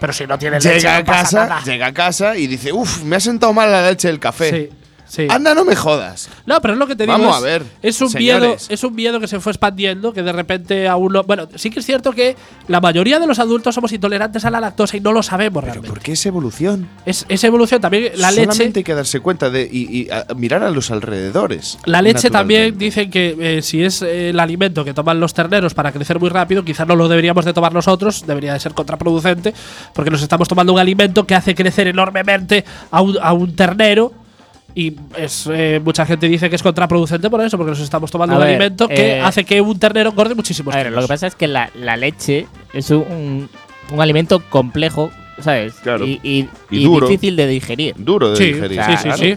Speaker 4: Pero si
Speaker 5: Ah,
Speaker 4: no tiene leche,
Speaker 5: Llega a
Speaker 4: no pasa
Speaker 5: casa,
Speaker 4: nada.
Speaker 5: llega a casa y dice, uff, me ha sentado mal la leche del café.
Speaker 4: Sí, sí.
Speaker 5: Anda, no me jodas.
Speaker 4: No, pero es lo que te digo.
Speaker 5: Vamos
Speaker 4: es,
Speaker 5: a ver,
Speaker 4: Es un, miedo,
Speaker 5: señores.
Speaker 4: es un miedo que se fue expandiendo, que de repente a uno. Bueno, sí que es cierto que la mayoría de los adultos somos intolerantes a la lactosa y no lo sabemos
Speaker 5: Pero
Speaker 4: realmente.
Speaker 5: ¿por qué es evolución?
Speaker 4: Es, es evolución también. La leche.
Speaker 5: Solamente hay que darse cuenta de y, y, a- mirar a los alrededores.
Speaker 4: La leche también
Speaker 5: naturalmente.
Speaker 4: dicen que eh, si es eh, el alimento que toman los terneros para crecer muy rápido, quizás no lo deberíamos de tomar nosotros, debería de ser contraproducente, porque nos estamos tomando un alimento que hace crecer enormemente a un, a un ternero. Y es, eh, mucha gente dice que es contraproducente por eso, porque nos estamos tomando
Speaker 2: A
Speaker 4: un
Speaker 2: ver,
Speaker 4: alimento que
Speaker 2: eh,
Speaker 4: hace que un ternero engorde muchísimo.
Speaker 2: A ver, lo que pasa es que la, la leche es un, un alimento complejo, ¿sabes?
Speaker 5: Claro.
Speaker 2: Y, y-
Speaker 5: Y
Speaker 2: y
Speaker 5: duro.
Speaker 2: difícil de digerir.
Speaker 5: Duro de
Speaker 4: sí,
Speaker 5: digerir.
Speaker 4: sí, sí,
Speaker 2: claro.
Speaker 4: sí.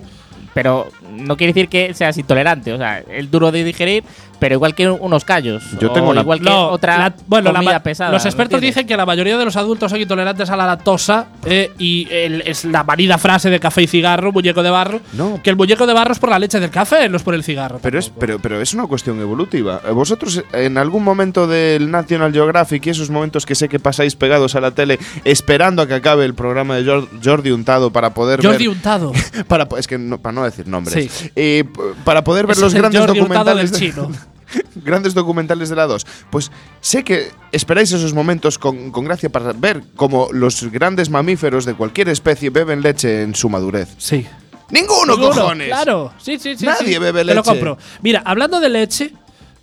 Speaker 2: Pero no quiere decir que seas intolerante. O sea, es duro de digerir, pero igual que unos callos.
Speaker 5: Yo
Speaker 2: o
Speaker 5: tengo una-
Speaker 2: igual que
Speaker 4: No,
Speaker 2: otra
Speaker 4: la- bueno, la
Speaker 2: comida
Speaker 4: ma-
Speaker 2: pesada.
Speaker 4: Los
Speaker 2: ¿me
Speaker 4: expertos
Speaker 2: entiendes?
Speaker 4: dicen que la mayoría de los adultos son intolerantes a la lactosa eh, y el- es la manida frase de café y cigarro, muñeco de barro,
Speaker 5: No.
Speaker 4: que el muñeco de barro es por la leche del café, no es por el cigarro.
Speaker 5: Pero es, pero, pero es una cuestión evolutiva. Eh, Vosotros eh, en algún momento del National Geographic y esos momentos que sé que pasáis pegados a la tele esperando a que acabe el programa de Jor- Jordi Untado para poder
Speaker 4: Jordi
Speaker 5: ver…
Speaker 4: untado.
Speaker 5: Para, po- es que no- para no decir nombres.
Speaker 4: Sí.
Speaker 5: Eh, p- para poder ver
Speaker 4: Ese
Speaker 5: los
Speaker 4: es el
Speaker 5: grandes
Speaker 4: Jordi untado
Speaker 5: documentales
Speaker 4: del
Speaker 5: de-
Speaker 4: chino.
Speaker 5: grandes documentales de la 2. Pues sé que esperáis esos momentos con, con gracia para ver cómo los grandes mamíferos de cualquier especie beben leche en su madurez.
Speaker 4: Sí.
Speaker 5: ¡Ninguno,
Speaker 4: Seguro,
Speaker 5: cojones!
Speaker 4: Claro, sí, sí, sí.
Speaker 5: Nadie
Speaker 4: sí.
Speaker 5: bebe
Speaker 4: Te lo
Speaker 5: leche.
Speaker 4: compro. Mira, hablando de leche.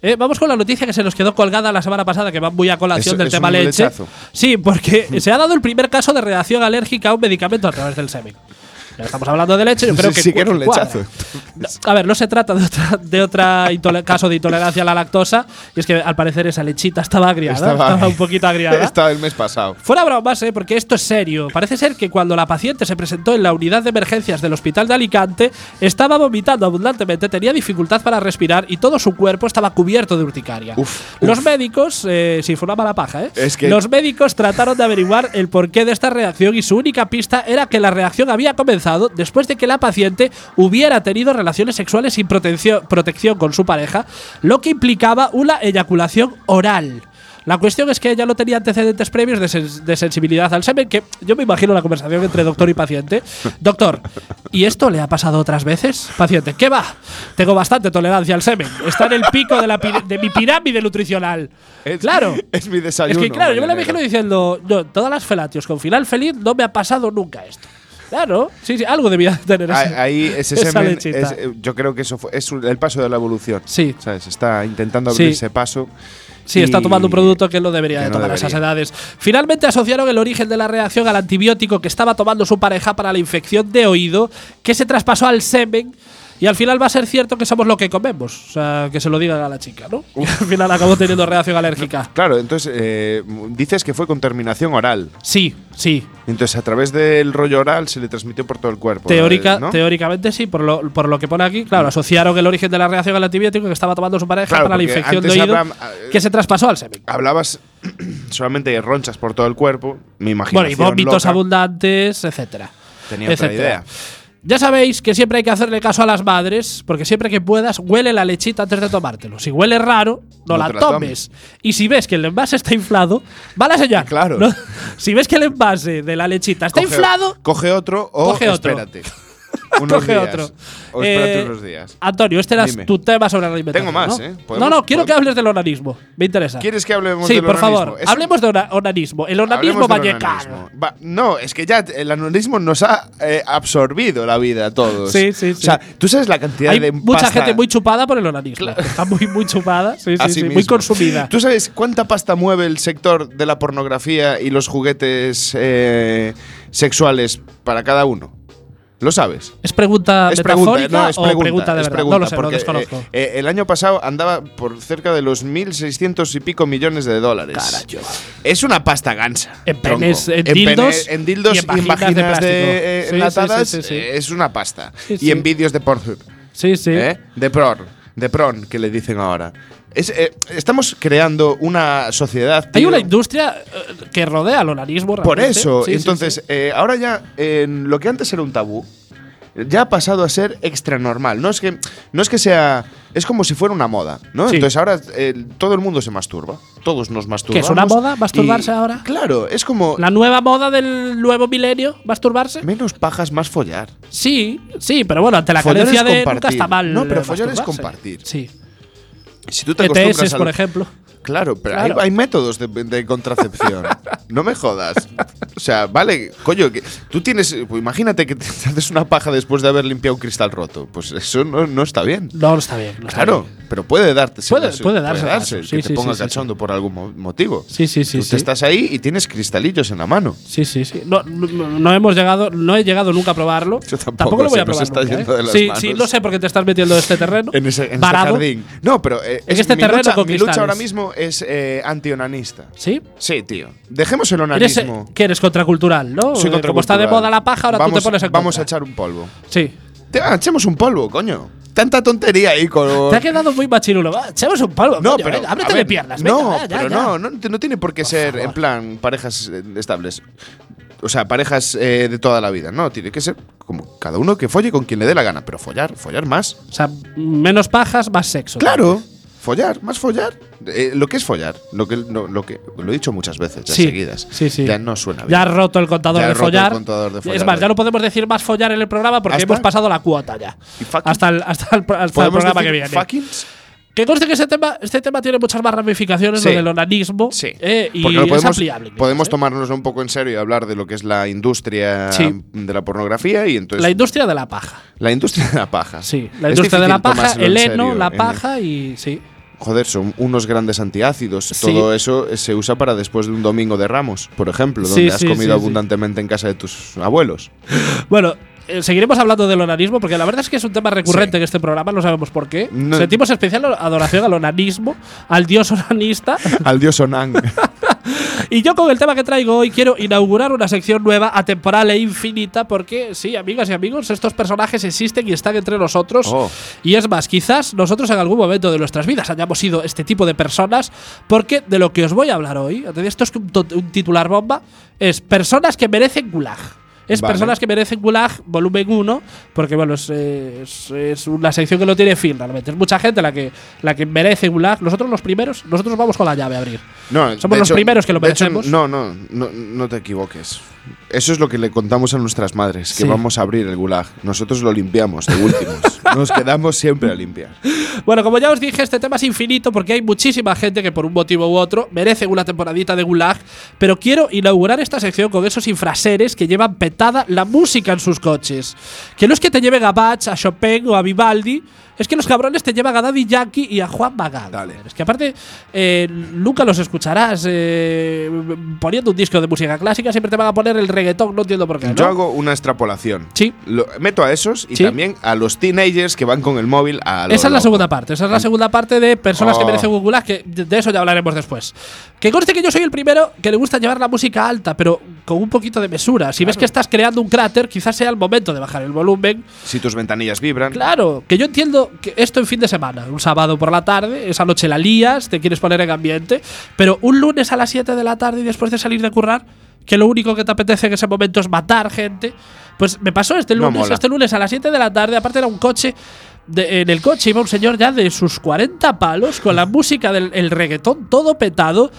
Speaker 4: eh, vamos con la noticia que se nos quedó colgada la semana pasada, que va muy a colación
Speaker 5: Es-
Speaker 4: del
Speaker 5: es
Speaker 4: tema
Speaker 5: un
Speaker 4: leche.
Speaker 5: lechazo.
Speaker 4: Sí, porque se ha dado el primer caso de reacción alérgica a un medicamento a través del semen. Ya estamos hablando de leche, yo creo
Speaker 5: Sí,
Speaker 4: que.
Speaker 5: sí que era un
Speaker 4: cuadra.
Speaker 5: lechazo.
Speaker 4: No, a ver, no se trata de otra, de otra intole- caso de intolerancia a la lactosa, y es que al parecer esa lechita estaba agriada, estaba, un poquito agriada.
Speaker 5: Estaba el mes pasado.
Speaker 4: Fuera bromas, ¿eh? porque esto es serio. Parece ser que cuando la paciente se presentó en la unidad de emergencias del hospital de Alicante, estaba vomitando abundantemente, tenía dificultad para respirar y todo su cuerpo estaba cubierto de urticaria.
Speaker 5: Uf,
Speaker 4: Los
Speaker 5: uf.
Speaker 4: médicos, eh, sí, fue una mala paja, ¿eh?
Speaker 5: Es que-
Speaker 4: Los médicos trataron de averiguar el porqué de esta reacción y su única pista era que la reacción había comenzado después de que la paciente hubiera tenido relaciones sexuales sin protección, protección con su pareja, lo que implicaba una eyaculación oral. La cuestión es que ella no tenía antecedentes previos de, sens- de sensibilidad al semen, que yo me imagino la conversación entre doctor y paciente. Doctor, ¿y esto le ha pasado otras veces? Paciente, ¿qué va? Tengo bastante tolerancia al semen. Está en el pico de, la pi- de mi pirámide nutricional.
Speaker 5: Es-
Speaker 4: claro.
Speaker 5: Es mi
Speaker 4: Es
Speaker 5: desayuno.
Speaker 4: que claro, yo me la
Speaker 5: mañanero.
Speaker 4: imagino diciendo, no, todas las felatios con final feliz no me ha pasado nunca esto. Claro, sí, sí, algo debía de tener
Speaker 5: Ah,
Speaker 4: ese-
Speaker 5: Ahí ese
Speaker 4: esa
Speaker 5: semen es-
Speaker 4: lechita.
Speaker 5: eh, yo creo que eso fue, es un- el paso de la evolución.
Speaker 4: Sí.
Speaker 5: ¿Sabes? Está intentando
Speaker 4: Sí.
Speaker 5: abrirse paso.
Speaker 4: Sí,
Speaker 5: y-
Speaker 4: está tomando un producto que no debería
Speaker 5: que
Speaker 4: de
Speaker 5: no
Speaker 4: tomar a
Speaker 5: debería.
Speaker 4: esas edades. Finalmente asociaron el origen de la reacción al antibiótico que estaba tomando su pareja para la infección de oído, que se traspasó al semen. Y al final va a ser cierto que somos lo que comemos. O sea, que se lo digan a la chica, ¿no? Y al final acabó teniendo reacción alérgica.
Speaker 5: Claro, entonces eh, dices que fue con terminación oral.
Speaker 4: Sí, sí.
Speaker 5: Entonces, a través del rollo oral se le transmitió por todo el cuerpo.
Speaker 4: Teórica,
Speaker 5: ¿no? Mm.
Speaker 4: Teóricamente sí, por lo, por lo que pone aquí, claro, asociaron el origen de la reacción al antibiótico que estaba tomando su pareja
Speaker 5: Claro,
Speaker 4: para la
Speaker 5: porque
Speaker 4: infección de
Speaker 5: antes
Speaker 4: oído,
Speaker 5: Abraham, eh,
Speaker 4: que se traspasó al semen.
Speaker 5: Hablabas solamente de ronchas por todo el cuerpo, me imagino.
Speaker 4: Bueno, y vómitos abundantes, etcétera.
Speaker 5: Tenía otra
Speaker 4: etcétera.
Speaker 5: idea.
Speaker 4: Ya sabéis que siempre hay que hacerle caso a las madres, porque siempre que puedas, huele la lechita antes de tomártelo. Si huele raro, no,
Speaker 5: No
Speaker 4: la,
Speaker 5: te la
Speaker 4: tomes. Y si ves que el envase está inflado, va la señal.
Speaker 5: Claro.
Speaker 4: ¿no? Si ves que el envase de la lechita está inflado,
Speaker 5: Coge otro o
Speaker 4: Coge otro.
Speaker 5: espérate. Unos
Speaker 4: coge
Speaker 5: días.
Speaker 4: otro.
Speaker 5: O espérate
Speaker 4: Eh,
Speaker 5: unos días.
Speaker 4: Antonio, este era
Speaker 5: Dime.
Speaker 4: tu tema sobre la alimentación.
Speaker 5: Tengo más,
Speaker 4: ¿no?
Speaker 5: ¿eh?
Speaker 4: No,
Speaker 5: Podemos-
Speaker 4: no, quiero que
Speaker 5: podemos-
Speaker 4: hables del onanismo. Me interesa.
Speaker 5: ¿Quieres que hablemos
Speaker 4: Sí,
Speaker 5: del
Speaker 4: por
Speaker 5: onanismo?
Speaker 4: favor.
Speaker 5: Es un-
Speaker 4: Hablemos de ona- onanismo. El onanismo
Speaker 5: Hablemos del
Speaker 4: vallecano.
Speaker 5: onanismo. Va- no, es que ya el anonimismo nos ha eh, absorbido la vida a todos.
Speaker 4: Sí, sí,
Speaker 5: O sea,
Speaker 4: sí.
Speaker 5: tú sabes la cantidad
Speaker 4: Hay
Speaker 5: de
Speaker 4: mucha
Speaker 5: pasta-
Speaker 4: gente muy chupada por el onanismo. Está muy, muy chupada. Sí, sí,
Speaker 5: Así
Speaker 4: sí, Muy
Speaker 5: mismo.
Speaker 4: consumida.
Speaker 5: ¿Tú sabes cuánta pasta mueve el sector de la pornografía y los juguetes eh, sexuales para cada uno? Lo sabes.
Speaker 4: ¿Es pregunta
Speaker 5: Es
Speaker 4: metafórica
Speaker 5: pregunta, no, es
Speaker 4: o
Speaker 5: pregunta,
Speaker 4: pregunta de
Speaker 5: es
Speaker 4: verdad?
Speaker 5: pregunta,
Speaker 4: no lo sé, lo
Speaker 5: porque,
Speaker 4: desconozco.
Speaker 5: eh, eh, el año pasado andaba por cerca de los 1.600 y pico millones de dólares.
Speaker 4: Carayo.
Speaker 5: Es una pasta gansa.
Speaker 4: En
Speaker 5: tronco.
Speaker 4: penes, en
Speaker 5: pene-
Speaker 4: dildos
Speaker 5: en dildos
Speaker 4: y
Speaker 5: y
Speaker 4: en
Speaker 5: en
Speaker 4: vaginas de
Speaker 5: vaginas de,
Speaker 4: plástico.
Speaker 5: eh,
Speaker 4: Sí, sí,
Speaker 5: enlatadas.
Speaker 4: sí, sí, sí.
Speaker 5: eh, Es una pasta.
Speaker 4: Sí,
Speaker 5: y
Speaker 4: sí.
Speaker 5: en vídeos de Pornhub.
Speaker 4: Sí, sí.
Speaker 5: ¿eh? De porn. De pron, que le dicen ahora. Es, eh, estamos creando una sociedad.
Speaker 4: Hay
Speaker 5: tío,
Speaker 4: una industria eh, que rodea al onanismo.
Speaker 5: Por
Speaker 4: realmente.
Speaker 5: eso,
Speaker 4: Sí, sí,
Speaker 5: entonces,
Speaker 4: sí.
Speaker 5: eh, ahora ya en lo que antes era un tabú, ya ha pasado a ser extra normal. No es que, no es que sea. Es como si fuera una moda, ¿no?
Speaker 4: Sí.
Speaker 5: Entonces ahora eh, todo el mundo se masturba. Todos nos masturbamos.
Speaker 4: una moda
Speaker 5: y-
Speaker 4: masturbarse ahora?
Speaker 5: Claro, es como.
Speaker 4: ¿La nueva moda del nuevo milenio? ¿Masturbarse?
Speaker 5: menos pajas, más follar.
Speaker 4: Sí, sí, pero bueno, ante la
Speaker 5: Follar
Speaker 4: carencia
Speaker 5: es
Speaker 4: de. Nunca
Speaker 5: compartir.
Speaker 4: está mal.
Speaker 5: No, pero
Speaker 4: eh,
Speaker 5: follar es
Speaker 4: masturbarse.
Speaker 5: compartir.
Speaker 4: Sí.
Speaker 5: Si tú te acostumbras
Speaker 4: ETS,
Speaker 5: al-
Speaker 4: por ejemplo.
Speaker 5: Claro, pero hay-
Speaker 4: Claro.
Speaker 5: Hay, métodos de, de contracepción. no me jodas. O sea, vale, coño, que tú tienes. pues imagínate que te haces una paja después de haber limpiado un cristal roto. Pues eso no, no está bien.
Speaker 4: No, no está bien. no está
Speaker 5: Claro,
Speaker 4: bien.
Speaker 5: pero puede darte.
Speaker 4: Puede- puede darse el
Speaker 5: darse.
Speaker 4: caso,
Speaker 5: que
Speaker 4: sí,
Speaker 5: te
Speaker 4: sí,
Speaker 5: ponga
Speaker 4: sí, sí,
Speaker 5: cachondo por algún mo- motivo.
Speaker 4: Sí, sí, sí.
Speaker 5: tú
Speaker 4: sí.
Speaker 5: te estás ahí y tienes cristalillos en la mano.
Speaker 4: Sí, sí, sí. No, no, no hemos llegado, no he llegado nunca a probarlo.
Speaker 5: Yo tampoco,
Speaker 4: lo voy
Speaker 5: se
Speaker 4: a
Speaker 5: nos
Speaker 4: probar.
Speaker 5: está
Speaker 4: nunca,
Speaker 5: yendo
Speaker 4: ¿eh?
Speaker 5: de las
Speaker 4: sí,
Speaker 5: manos.
Speaker 4: sí, no sé por qué te estás metiendo en este terreno.
Speaker 5: En ese, en ese
Speaker 4: Varado.
Speaker 5: jardín. No, pero. eh,
Speaker 4: En
Speaker 5: es
Speaker 4: este
Speaker 5: mi
Speaker 4: terreno
Speaker 5: lucha,
Speaker 4: con
Speaker 5: mi lucha ahora
Speaker 4: cristales.
Speaker 5: mismo es eh, antionanista.
Speaker 4: Sí.
Speaker 5: Sí, tío. Dejemos el
Speaker 4: Eres, eh,
Speaker 5: onanismo.
Speaker 4: que eres contracultural, ¿no?
Speaker 5: Soy
Speaker 4: Eh, Como está de
Speaker 5: contracultural.
Speaker 4: moda la paja, ahora
Speaker 5: vamos,
Speaker 4: tú te pones en
Speaker 5: Vamos a
Speaker 4: contra.
Speaker 5: echar un polvo.
Speaker 4: Sí.
Speaker 5: Te, ah, echemos un polvo, coño. Tanta tontería ahí con.
Speaker 4: Te ha quedado muy machirulo. Va, Echemos un palo.
Speaker 5: No,
Speaker 4: coño,
Speaker 5: pero.
Speaker 4: venga,
Speaker 5: a
Speaker 4: ábrete
Speaker 5: ver,
Speaker 4: de piernas.
Speaker 5: No,
Speaker 4: venga, va, ya,
Speaker 5: pero
Speaker 4: ya.
Speaker 5: No, no, no tiene por qué ser en
Speaker 4: favor.
Speaker 5: plan parejas eh, estables. O sea, parejas eh, de toda la vida. No, tiene que ser como cada uno que folle con quien le dé la gana. Pero follar, follar más.
Speaker 4: O sea, menos pajas, más sexo.
Speaker 5: Claro. Follar, más follar. Eh, lo que es follar, lo que, no, lo que lo he dicho muchas veces, ya
Speaker 4: Sí,
Speaker 5: seguidas.
Speaker 4: sí, sí.
Speaker 5: Ya no suena bien.
Speaker 4: Ya has roto el contador,
Speaker 5: Ya he
Speaker 4: de,
Speaker 5: roto el
Speaker 4: follar.
Speaker 5: contador de follar,
Speaker 4: Es más, ya
Speaker 5: ¿verdad?
Speaker 4: no podemos decir más follar en el programa porque
Speaker 5: ¿Hasta?
Speaker 4: hemos pasado la cuota ya.
Speaker 5: ¿Y fucking?
Speaker 4: Hasta el, hasta el- hasta el
Speaker 5: ¿Podemos
Speaker 4: programa que
Speaker 5: decir
Speaker 4: viene.
Speaker 5: fuckings?
Speaker 4: Que conste que ese tema, este tema tiene muchas más ramificaciones,
Speaker 5: Sí.
Speaker 4: lo del onanismo.
Speaker 5: Sí.
Speaker 4: eh, y
Speaker 5: Porque lo
Speaker 4: es
Speaker 5: podemos,
Speaker 4: ampliable. quizás,
Speaker 5: podemos
Speaker 4: eh.
Speaker 5: tomárnoslo un poco en serio y hablar de lo que es la industria
Speaker 4: Sí.
Speaker 5: de la pornografía y entonces
Speaker 4: La industria de la paja.
Speaker 5: la industria de la paja.
Speaker 4: Sí, la
Speaker 5: Es
Speaker 4: industria de
Speaker 5: difícil
Speaker 4: la paja,
Speaker 5: tomárselo
Speaker 4: el
Speaker 5: en
Speaker 4: heno,
Speaker 5: serio,
Speaker 4: la
Speaker 5: en el-
Speaker 4: paja y. Sí.
Speaker 5: Joder, son unos grandes antiácidos.
Speaker 4: Sí.
Speaker 5: Todo eso eh, se usa para después de un domingo de Ramos, por ejemplo,
Speaker 4: Sí,
Speaker 5: donde has
Speaker 4: sí,
Speaker 5: comido
Speaker 4: sí, sí.
Speaker 5: abundantemente en casa de tus abuelos.
Speaker 4: Bueno. eh, Seguiremos hablando del onanismo porque la verdad es que es un tema recurrente
Speaker 5: Sí.
Speaker 4: en este programa, no sabemos por qué.
Speaker 5: No.
Speaker 4: Sentimos especial adoración al onanismo, al dios onanista.
Speaker 5: Al dios Onan.
Speaker 4: Y yo con el tema que traigo hoy quiero inaugurar una sección nueva, atemporal e infinita, porque sí, amigas y amigos, estos personajes existen y están entre nosotros.
Speaker 5: Oh.
Speaker 4: Y es más, quizás nosotros en algún momento de nuestras vidas hayamos sido este tipo de personas, porque de lo que os voy a hablar hoy, atención, esto es un, to- un titular bomba, es personas que merecen gulag. Es
Speaker 5: Vale.
Speaker 4: personas que merecen Gulag volumen 1, porque bueno, es, eh, es- es una sección que no tiene fin realmente. Es mucha gente la que, la que merece Gulag. Nosotros los primeros, nosotros vamos con la llave a abrir.
Speaker 5: No,
Speaker 4: Somos
Speaker 5: de
Speaker 4: los primeros que lo
Speaker 5: de hecho,
Speaker 4: merecemos.
Speaker 5: no, no, no, no te equivoques. Eso es lo que le contamos a nuestras madres, que
Speaker 4: Sí.
Speaker 5: vamos a abrir el gulag. Nosotros lo limpiamos de últimos. Nos quedamos siempre a limpiar.
Speaker 4: Bueno, como ya os dije, este tema es infinito porque hay muchísima gente que por un motivo u otro merece una temporadita de Gulag, pero quiero inaugurar esta sección con esos infraseres que llevan petada la música en sus coches. Que no es que te lleven a Bach, a Chopin o a Vivaldi, es que los cabrones te llevan a Daddy Yankee y a Juan Magán.
Speaker 5: Dale.
Speaker 4: Es que aparte eh, nunca los escucharás eh, poniendo un disco de música clásica, siempre te van a poner el reggaetón, no entiendo por qué. ¿no?
Speaker 5: Yo hago una extrapolación.
Speaker 4: Sí.
Speaker 5: Lo- meto a esos y
Speaker 4: Sí.
Speaker 5: también a los teenagers que van con el móvil a lo
Speaker 4: Esa es la
Speaker 5: loco.
Speaker 4: segunda parte. Esa es la segunda parte de personas que
Speaker 5: Oh.
Speaker 4: merecen un gulag, que de de eso ya hablaremos después. Que conste que yo soy el primero que le gusta llevar la música alta, pero con un poquito de mesura. Si ves que estás creando un cráter, quizás sea el momento de bajar el volumen.
Speaker 5: Si tus ventanillas vibran.
Speaker 4: Claro, que yo entiendo que esto en fin de semana, un sábado por la tarde, esa noche la lías, te quieres poner en ambiente, pero un lunes a las 7 de la tarde y después de salir de currar, que lo único que te apetece en ese momento es matar gente, pues me pasó este
Speaker 5: No
Speaker 4: lunes,
Speaker 5: mola.
Speaker 4: este lunes a las 7 de la tarde, aparte era un coche, de- en el coche iba un señor ya de sus 40 palos con la música del el reggaetón todo petado,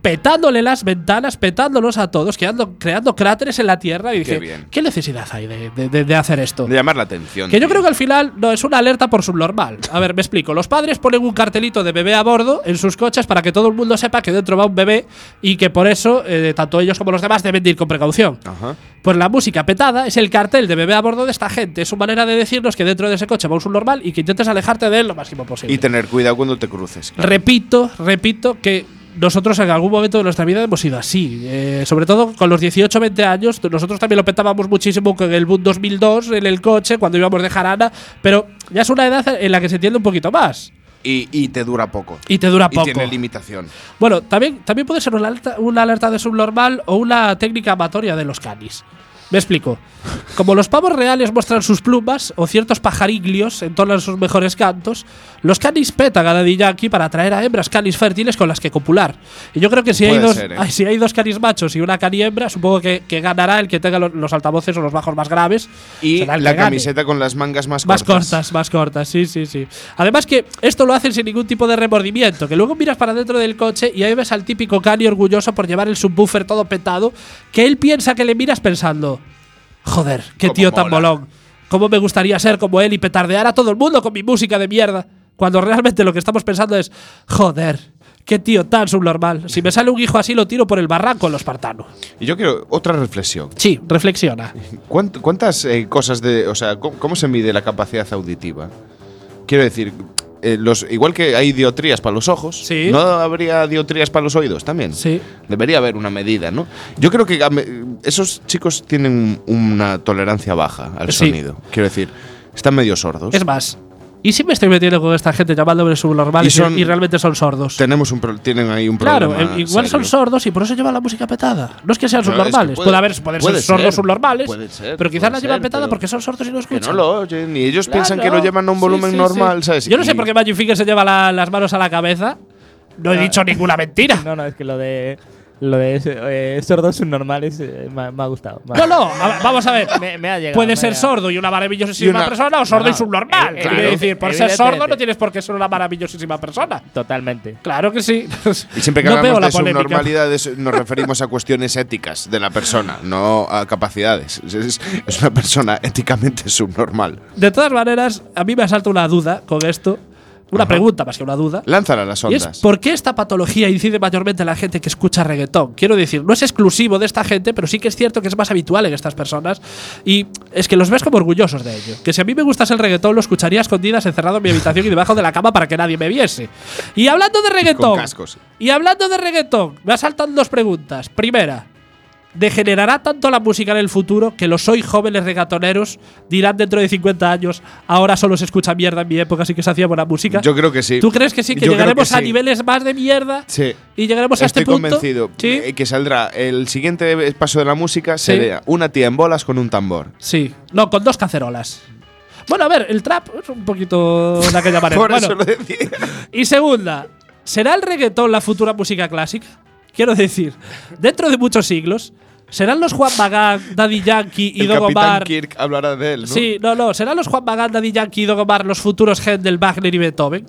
Speaker 4: petándole las ventanas, petándolos a todos, creando, creando cráteres en la tierra y dije,
Speaker 5: bien.
Speaker 4: ¿qué necesidad hay de- de- de- de hacer esto?
Speaker 5: De llamar la atención.
Speaker 4: Que yo
Speaker 5: tío.
Speaker 4: creo que al final no es una alerta por subnormal. A ver, me explico. Los padres ponen un cartelito de bebé a bordo en sus coches para que todo el mundo sepa que dentro va un bebé y que por eso eh, tanto ellos como los demás deben de ir con precaución.
Speaker 5: Ajá.
Speaker 4: Pues la música petada es el cartel de bebé a bordo de esta gente. Es su manera de decirnos que dentro de ese coche va un subnormal y que intentes alejarte de él lo máximo posible.
Speaker 5: Y tener cuidado cuando te cruces.
Speaker 4: Repito, repito que nosotros en algún momento de nuestra vida hemos sido así. Eh, sobre todo con los 18, 20 años, nosotros también lo petábamos muchísimo con el Boom 2002 en el coche cuando íbamos de jarana, pero ya es una edad en la que se entiende un poquito más.
Speaker 5: Y, y te dura poco.
Speaker 4: Y te dura poco.
Speaker 5: Y tiene limitación.
Speaker 4: Bueno, también, también puede ser una alerta, una alerta de subnormal o una técnica amatoria de los canis. Me explico. Como los pavos reales muestran sus plumas o ciertos pajariglios entonan sus mejores cantos, los canis petan a Daddy Yankee para atraer a hembras canis fértiles con las que copular. Y yo creo que si, hay
Speaker 5: Puede
Speaker 4: dos,
Speaker 5: ser, ¿eh?
Speaker 4: ay, si hay dos canis machos y una cani hembra, supongo que, que ganará el que tenga lo- los, altavoces o los bajos más graves.
Speaker 5: Y
Speaker 4: Será el
Speaker 5: la
Speaker 4: que gane.
Speaker 5: camiseta con las mangas más,
Speaker 4: Más
Speaker 5: cortas.
Speaker 4: cortas, más cortas, sí, sí, sí. Además que esto lo hacen sin ningún tipo de remordimiento, que luego miras para dentro del coche y ahí ves al típico Cani orgulloso por llevar el subwoofer todo petado, que él piensa que le miras pensando, joder, qué
Speaker 5: Cómo
Speaker 4: tío tan
Speaker 5: mola".
Speaker 4: molón, cómo me gustaría ser como él y petardear a todo el mundo con mi música de mierda, cuando realmente lo que estamos pensando es, joder, qué tío tan subnormal, si me sale un hijo así lo tiro por el barranco lo espartano.
Speaker 5: Y yo quiero otra reflexión.
Speaker 4: Sí, reflexiona.
Speaker 5: ¿Cuánt- ¿Cuántas eh, cosas de. O sea, ¿cómo, cómo se mide la capacidad auditiva? Quiero decir, eh, los, igual que hay diotrías para los ojos,
Speaker 4: Sí.
Speaker 5: ¿no habría diotrías para los oídos también?
Speaker 4: Sí.
Speaker 5: Debería haber una medida, ¿no? Yo creo que a me- esos chicos tienen una tolerancia baja al
Speaker 4: Sí.
Speaker 5: sonido. Quiero decir, están medio sordos.
Speaker 4: Es más, ¿y si me estoy metiendo con esta gente llamándome subnormal
Speaker 5: Y
Speaker 4: y, si-
Speaker 5: son-
Speaker 4: y realmente son sordos?
Speaker 5: Tenemos un pro- tienen ahí un
Speaker 4: Claro,
Speaker 5: problema.
Speaker 4: eh, igual
Speaker 5: serio.
Speaker 4: son sordos y por eso llevan la música petada. No es que sean
Speaker 5: No, es que
Speaker 4: subnormales,
Speaker 5: puede-
Speaker 4: puede, haber pueden
Speaker 5: puede
Speaker 4: ser sordos
Speaker 5: ser,
Speaker 4: subnormales,
Speaker 5: puede ser,
Speaker 4: pero quizás
Speaker 5: puede
Speaker 4: la llevan
Speaker 5: ser,
Speaker 4: petada
Speaker 5: pero-
Speaker 4: porque son sordos y no
Speaker 5: Que
Speaker 4: escuchan.
Speaker 5: no lo oyen, y ellos piensan que
Speaker 4: Claro.
Speaker 5: lo llevan a un
Speaker 4: Sí,
Speaker 5: volumen
Speaker 4: sí, sí.
Speaker 5: normal, ¿sabes?
Speaker 4: Yo no sé
Speaker 5: Y-
Speaker 4: por qué Magic Finger se lleva la- las manos a la cabeza. No he dicho ninguna mentira.
Speaker 6: No, no, es que lo de. Lo de eh, sordos subnormales eh, me, ha- me ha gustado. Me ha-
Speaker 4: No, no, a- vamos a ver.
Speaker 6: Me- me ha llegado, me
Speaker 4: Puede
Speaker 6: ha
Speaker 4: ser
Speaker 6: llegado.
Speaker 4: sordo y una maravillosísima
Speaker 5: Y una-
Speaker 4: persona o sordo
Speaker 6: no,
Speaker 4: y subnormal.
Speaker 6: eh,
Speaker 4: Quiero
Speaker 6: claro.
Speaker 4: decir, por ser
Speaker 6: Evidentemente.
Speaker 4: sordo no tienes por qué ser una maravillosísima persona.
Speaker 6: Totalmente.
Speaker 4: Claro que sí.
Speaker 5: Y siempre que
Speaker 4: no veo
Speaker 5: hablamos
Speaker 4: la
Speaker 5: de
Speaker 4: polémica.
Speaker 5: subnormalidades nos referimos a cuestiones éticas de la persona, no a capacidades. Es- Es, es una persona éticamente subnormal.
Speaker 4: De todas maneras, a mí me asalta una duda con esto. Una pregunta más que una duda.
Speaker 5: Lánzala a las
Speaker 4: Y es,
Speaker 5: ondas.
Speaker 4: ¿por qué esta patología incide mayormente en la gente que escucha reggaetón? Quiero decir, no es exclusivo de esta gente, pero sí que es cierto que es más habitual en estas personas. Y es que los ves como orgullosos de ello. Que si a mí me gustas el reggaetón, lo escucharía a escondidas, encerrado en mi habitación y debajo de la cama para que nadie me viese. Y hablando de reggaetón.
Speaker 5: Con cascos.
Speaker 4: Y hablando de reggaetón, me asaltan dos preguntas. Primera. ¿Degenerará tanto la música en el futuro que los hoy jóvenes reggaetoneros dirán dentro de 50 años, ahora solo se escucha mierda en mi época, así que se hacía buena música?
Speaker 5: Yo creo que sí.
Speaker 4: ¿Tú crees que sí? Que
Speaker 5: Yo creo
Speaker 4: llegaremos
Speaker 5: que
Speaker 4: a
Speaker 5: sí.
Speaker 4: niveles más de mierda
Speaker 5: Sí.
Speaker 4: y llegaremos a
Speaker 5: Estoy
Speaker 4: este punto.
Speaker 5: convencido eh,
Speaker 4: Sí.
Speaker 5: que saldrá el siguiente paso de la música
Speaker 4: Sí.
Speaker 5: será una tía en bolas con un tambor.
Speaker 4: Sí. No, con dos cacerolas. Bueno, a ver, el trap es un poquito de aquella manera.
Speaker 5: Por
Speaker 4: Bueno,
Speaker 5: eso lo decía.
Speaker 4: Y segunda, ¿será el reggaetón la futura música clásica? Quiero decir, dentro de muchos siglos, ¿serán los Juan Magán, Daddy Yankee y
Speaker 5: el
Speaker 4: Dogo
Speaker 5: capitán
Speaker 4: Bar?
Speaker 5: Kirk hablará de él, ¿no?
Speaker 4: Sí, no, no, ¿serán los Juan Magán, Daddy Yankee y Dogo Bar los futuros Händel, Wagner y Beethoven?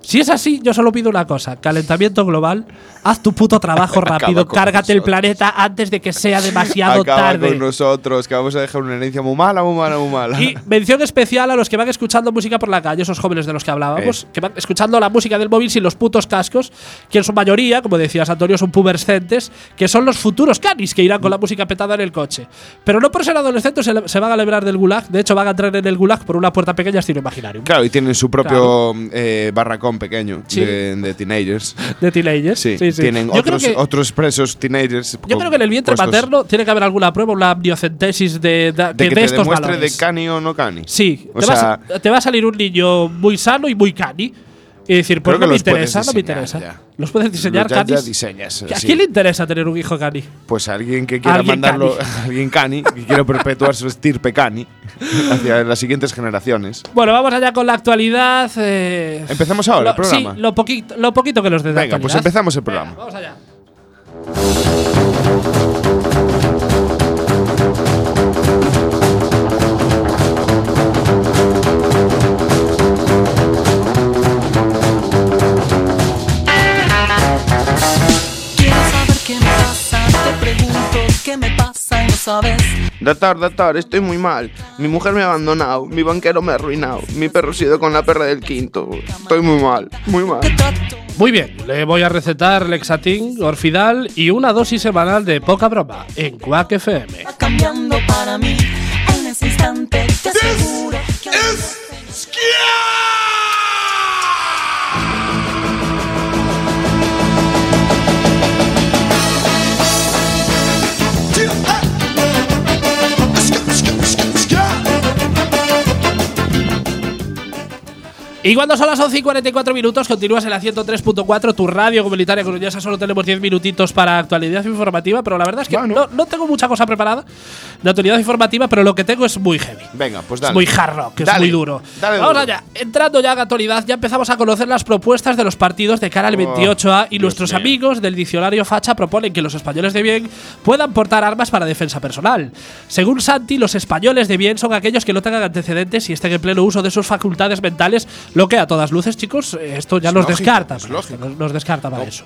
Speaker 4: Si es así, yo solo pido una cosa: calentamiento global. Haz tu puto trabajo
Speaker 5: Acaba
Speaker 4: rápido,
Speaker 5: con
Speaker 4: cárgate el
Speaker 5: nosotros.
Speaker 4: planeta antes de que sea demasiado
Speaker 5: Acaba
Speaker 4: tarde.
Speaker 5: con nosotros, que vamos a dejar una herencia muy mala, muy mala, muy mala.
Speaker 4: Y mención especial a los que van escuchando música por la calle, esos jóvenes de los que hablábamos, que van escuchando la música del móvil sin los putos cascos, que en su mayoría, como decías Antonio, son pubercentes, que son los futuros canis que irán con la música petada en el coche. Pero no por ser adolescentes se, le- se van a librar del gulag, de hecho van a entrar en el gulag por una puerta pequeña estilo imaginario.
Speaker 5: Claro, y tienen su propio eh, barracón pequeño
Speaker 4: Sí.
Speaker 5: de- de teenagers.
Speaker 4: De teenagers.
Speaker 5: Sí,
Speaker 4: sí, sí.
Speaker 5: tienen
Speaker 4: Yo
Speaker 5: otros,
Speaker 4: creo que-
Speaker 5: otros presos teenagers.
Speaker 4: Yo
Speaker 5: con-
Speaker 4: creo que en el vientre
Speaker 5: puestos
Speaker 4: materno tiene que haber alguna prueba, una amniocentesis de, de,
Speaker 5: De
Speaker 4: de-
Speaker 5: que
Speaker 4: de
Speaker 5: te
Speaker 4: estos
Speaker 5: demuestre
Speaker 4: valores.
Speaker 5: de cani o no cani.
Speaker 4: Sí,
Speaker 5: O
Speaker 4: te,
Speaker 5: sea,
Speaker 4: va a, te va a salir un niño muy sano y muy cani. Y decir, pues
Speaker 5: Creo que
Speaker 4: no me
Speaker 5: los puedes
Speaker 4: interesa, no me
Speaker 5: diseñar
Speaker 4: interesa.
Speaker 5: ya.
Speaker 4: Los puedes diseñar
Speaker 5: ya, ya
Speaker 4: canis.
Speaker 5: diseñas.
Speaker 4: ¿A
Speaker 5: sí.
Speaker 4: quién le interesa tener un hijo cani?
Speaker 5: Pues alguien que quiera
Speaker 4: Alguien
Speaker 5: mandarlo
Speaker 4: cani.
Speaker 5: a alguien cani, que quiera perpetuar su estirpe cani hacia las siguientes generaciones.
Speaker 4: Bueno, vamos allá con la actualidad. eh,
Speaker 5: Empezamos ahora el
Speaker 4: lo-
Speaker 5: programa.
Speaker 4: Sí, lo poquito, lo poquito que nos dé de
Speaker 5: Venga, pues
Speaker 4: actualidad.
Speaker 5: empezamos el
Speaker 4: Venga,
Speaker 5: programa.
Speaker 4: vamos allá.
Speaker 7: Quiero saber qué me pasa, te pregunto qué me pasa y no sabes.
Speaker 8: Doctor, doctor, estoy muy mal. Mi mujer me ha abandonado, mi banquero me ha arruinado, mi perro se ha ido con la perra del quinto. Estoy muy mal, muy mal.
Speaker 7: Te trato
Speaker 4: Muy bien, le voy a recetar Lexatin, Orfidal y una dosis semanal de poca broma en Quack FM.
Speaker 7: va cambiando para mí. En ese instante te aseguro que
Speaker 4: Y cuando son las 11 y 44 minutos, continúas en la 103.4, tu radio comunitaria coruñesa. Solo tenemos 10 minutitos para actualidad informativa, pero la verdad es que no, no tengo mucha cosa preparada de actualidad informativa, pero lo que tengo es muy heavy.
Speaker 5: Venga, pues dale.
Speaker 4: Es muy hard rock, que es
Speaker 5: Dale,
Speaker 4: muy duro.
Speaker 5: dale
Speaker 4: Vamos
Speaker 5: duro.
Speaker 4: allá. Entrando ya a la actualidad, ya empezamos a conocer las propuestas de los partidos de
Speaker 5: Oh,
Speaker 4: cara al 28A y nuestros amigos del diccionario Facha proponen que los españoles de bien puedan portar armas para defensa personal. Según Santi, los españoles de bien son aquellos que no tengan antecedentes y estén en pleno uso de sus facultades mentales, lo que a todas luces, chicos, eh, esto ya
Speaker 5: Es
Speaker 4: nos
Speaker 5: lógico,
Speaker 4: descarta.
Speaker 5: es
Speaker 4: para esto,
Speaker 5: lógico.
Speaker 4: Nos descarta para eso.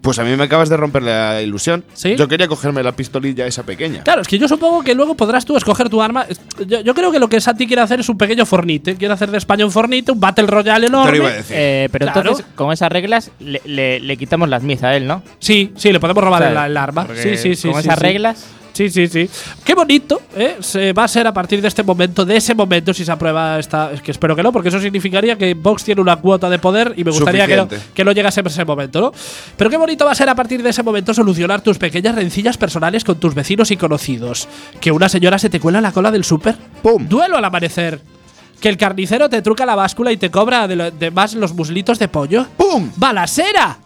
Speaker 5: Pues a mí me acabas de romper la ilusión.
Speaker 4: ¿Sí?
Speaker 5: Yo quería cogerme la pistolilla esa pequeña.
Speaker 4: Claro, es que yo supongo que luego podrás tú escoger tu arma. Yo, yo creo que lo que Santi quiere hacer es un pequeño fornite. Quiere hacer de España un fornite, un Battle Royale
Speaker 5: Te
Speaker 4: enorme.
Speaker 5: lo iba a decir.
Speaker 2: Eh, pero
Speaker 4: Claro.
Speaker 2: entonces, con esas reglas, le, le- le quitamos las mies a él, ¿no?
Speaker 4: Sí, sí, le podemos robar
Speaker 2: O sea,
Speaker 4: el, el arma. Sí,
Speaker 2: Porque
Speaker 4: sí, sí.
Speaker 2: Con
Speaker 4: sí,
Speaker 2: esas
Speaker 4: sí.
Speaker 2: reglas.
Speaker 4: Sí, sí, sí. Qué bonito, ¿eh? Se va a ser a partir de este momento, de ese momento, si se aprueba esta. Es que espero que no, porque eso significaría que Vox tiene una cuota de poder y me gustaría que no,
Speaker 5: Suficiente.
Speaker 4: que no llegase a ese momento, ¿no? Pero qué bonito va a ser a partir de ese momento solucionar tus pequeñas rencillas personales con tus vecinos y conocidos. Que una señora se te cuela en la cola del súper.
Speaker 5: ¡Pum!
Speaker 4: Duelo al amanecer. Que el carnicero te truca la báscula y te cobra de, lo- de más los muslitos de pollo.
Speaker 5: ¡Pum!
Speaker 4: ¡Balacera!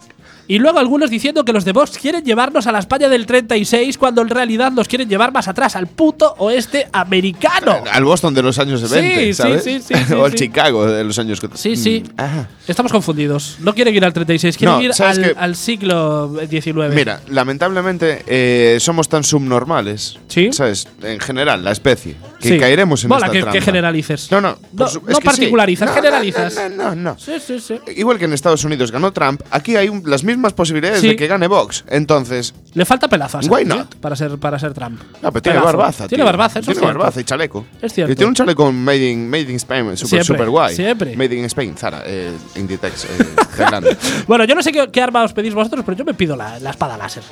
Speaker 4: Y luego algunos diciendo que los de Vox quieren llevarnos a la España del 36 cuando en realidad nos quieren llevar más atrás, al puto oeste americano.
Speaker 5: Al Boston de los años 20,
Speaker 4: sí,
Speaker 5: ¿sabes?
Speaker 4: sí, sí, sí,
Speaker 5: o al
Speaker 4: sí.
Speaker 5: Chicago de los años
Speaker 4: Sí, sí.
Speaker 5: Mm, ajá.
Speaker 4: Estamos confundidos. No quieren ir al 36, quieren
Speaker 5: No,
Speaker 4: ir
Speaker 5: ¿sabes
Speaker 4: al,
Speaker 5: qué?
Speaker 4: al siglo XIX.
Speaker 5: Mira, lamentablemente eh, somos tan subnormales,
Speaker 4: Sí.
Speaker 5: ¿sabes? En general, la especie, que
Speaker 4: Sí.
Speaker 5: caeremos en
Speaker 4: Mola
Speaker 5: esta
Speaker 4: que,
Speaker 5: trampa.
Speaker 4: que generalices.
Speaker 5: No, no, por
Speaker 4: No,
Speaker 5: su- es
Speaker 4: no
Speaker 5: que sí.
Speaker 4: particularizas,
Speaker 5: No, no,
Speaker 4: generalizas.
Speaker 5: No, no, no.
Speaker 4: Sí, sí, sí.
Speaker 5: Igual que en Estados Unidos ganó Trump, aquí hay un- las mismas posibilidades
Speaker 4: Sí.
Speaker 5: de que gane Vox. Entonces,
Speaker 4: Le falta pelazas.
Speaker 5: Why
Speaker 4: ¿eh, tío?
Speaker 5: not?
Speaker 4: Para ser, para ser Trump.
Speaker 5: no, Ah, pero tiene
Speaker 4: Pelazo.
Speaker 5: barbaza.
Speaker 4: Tiene
Speaker 5: tío.
Speaker 4: barbaza, eso es
Speaker 5: Tiene
Speaker 4: cierto.
Speaker 5: barbaza y chaleco.
Speaker 4: Es cierto.
Speaker 5: Y tiene un chaleco made in, made in Spain, super,
Speaker 4: Siempre,
Speaker 5: super guay.
Speaker 4: siempre.
Speaker 5: Made in Spain, Zara, eh, Inditex, eh, Tailandia.
Speaker 4: Bueno, yo no sé qué, qué arma os pedís vosotros, pero yo me pido la, la espada láser.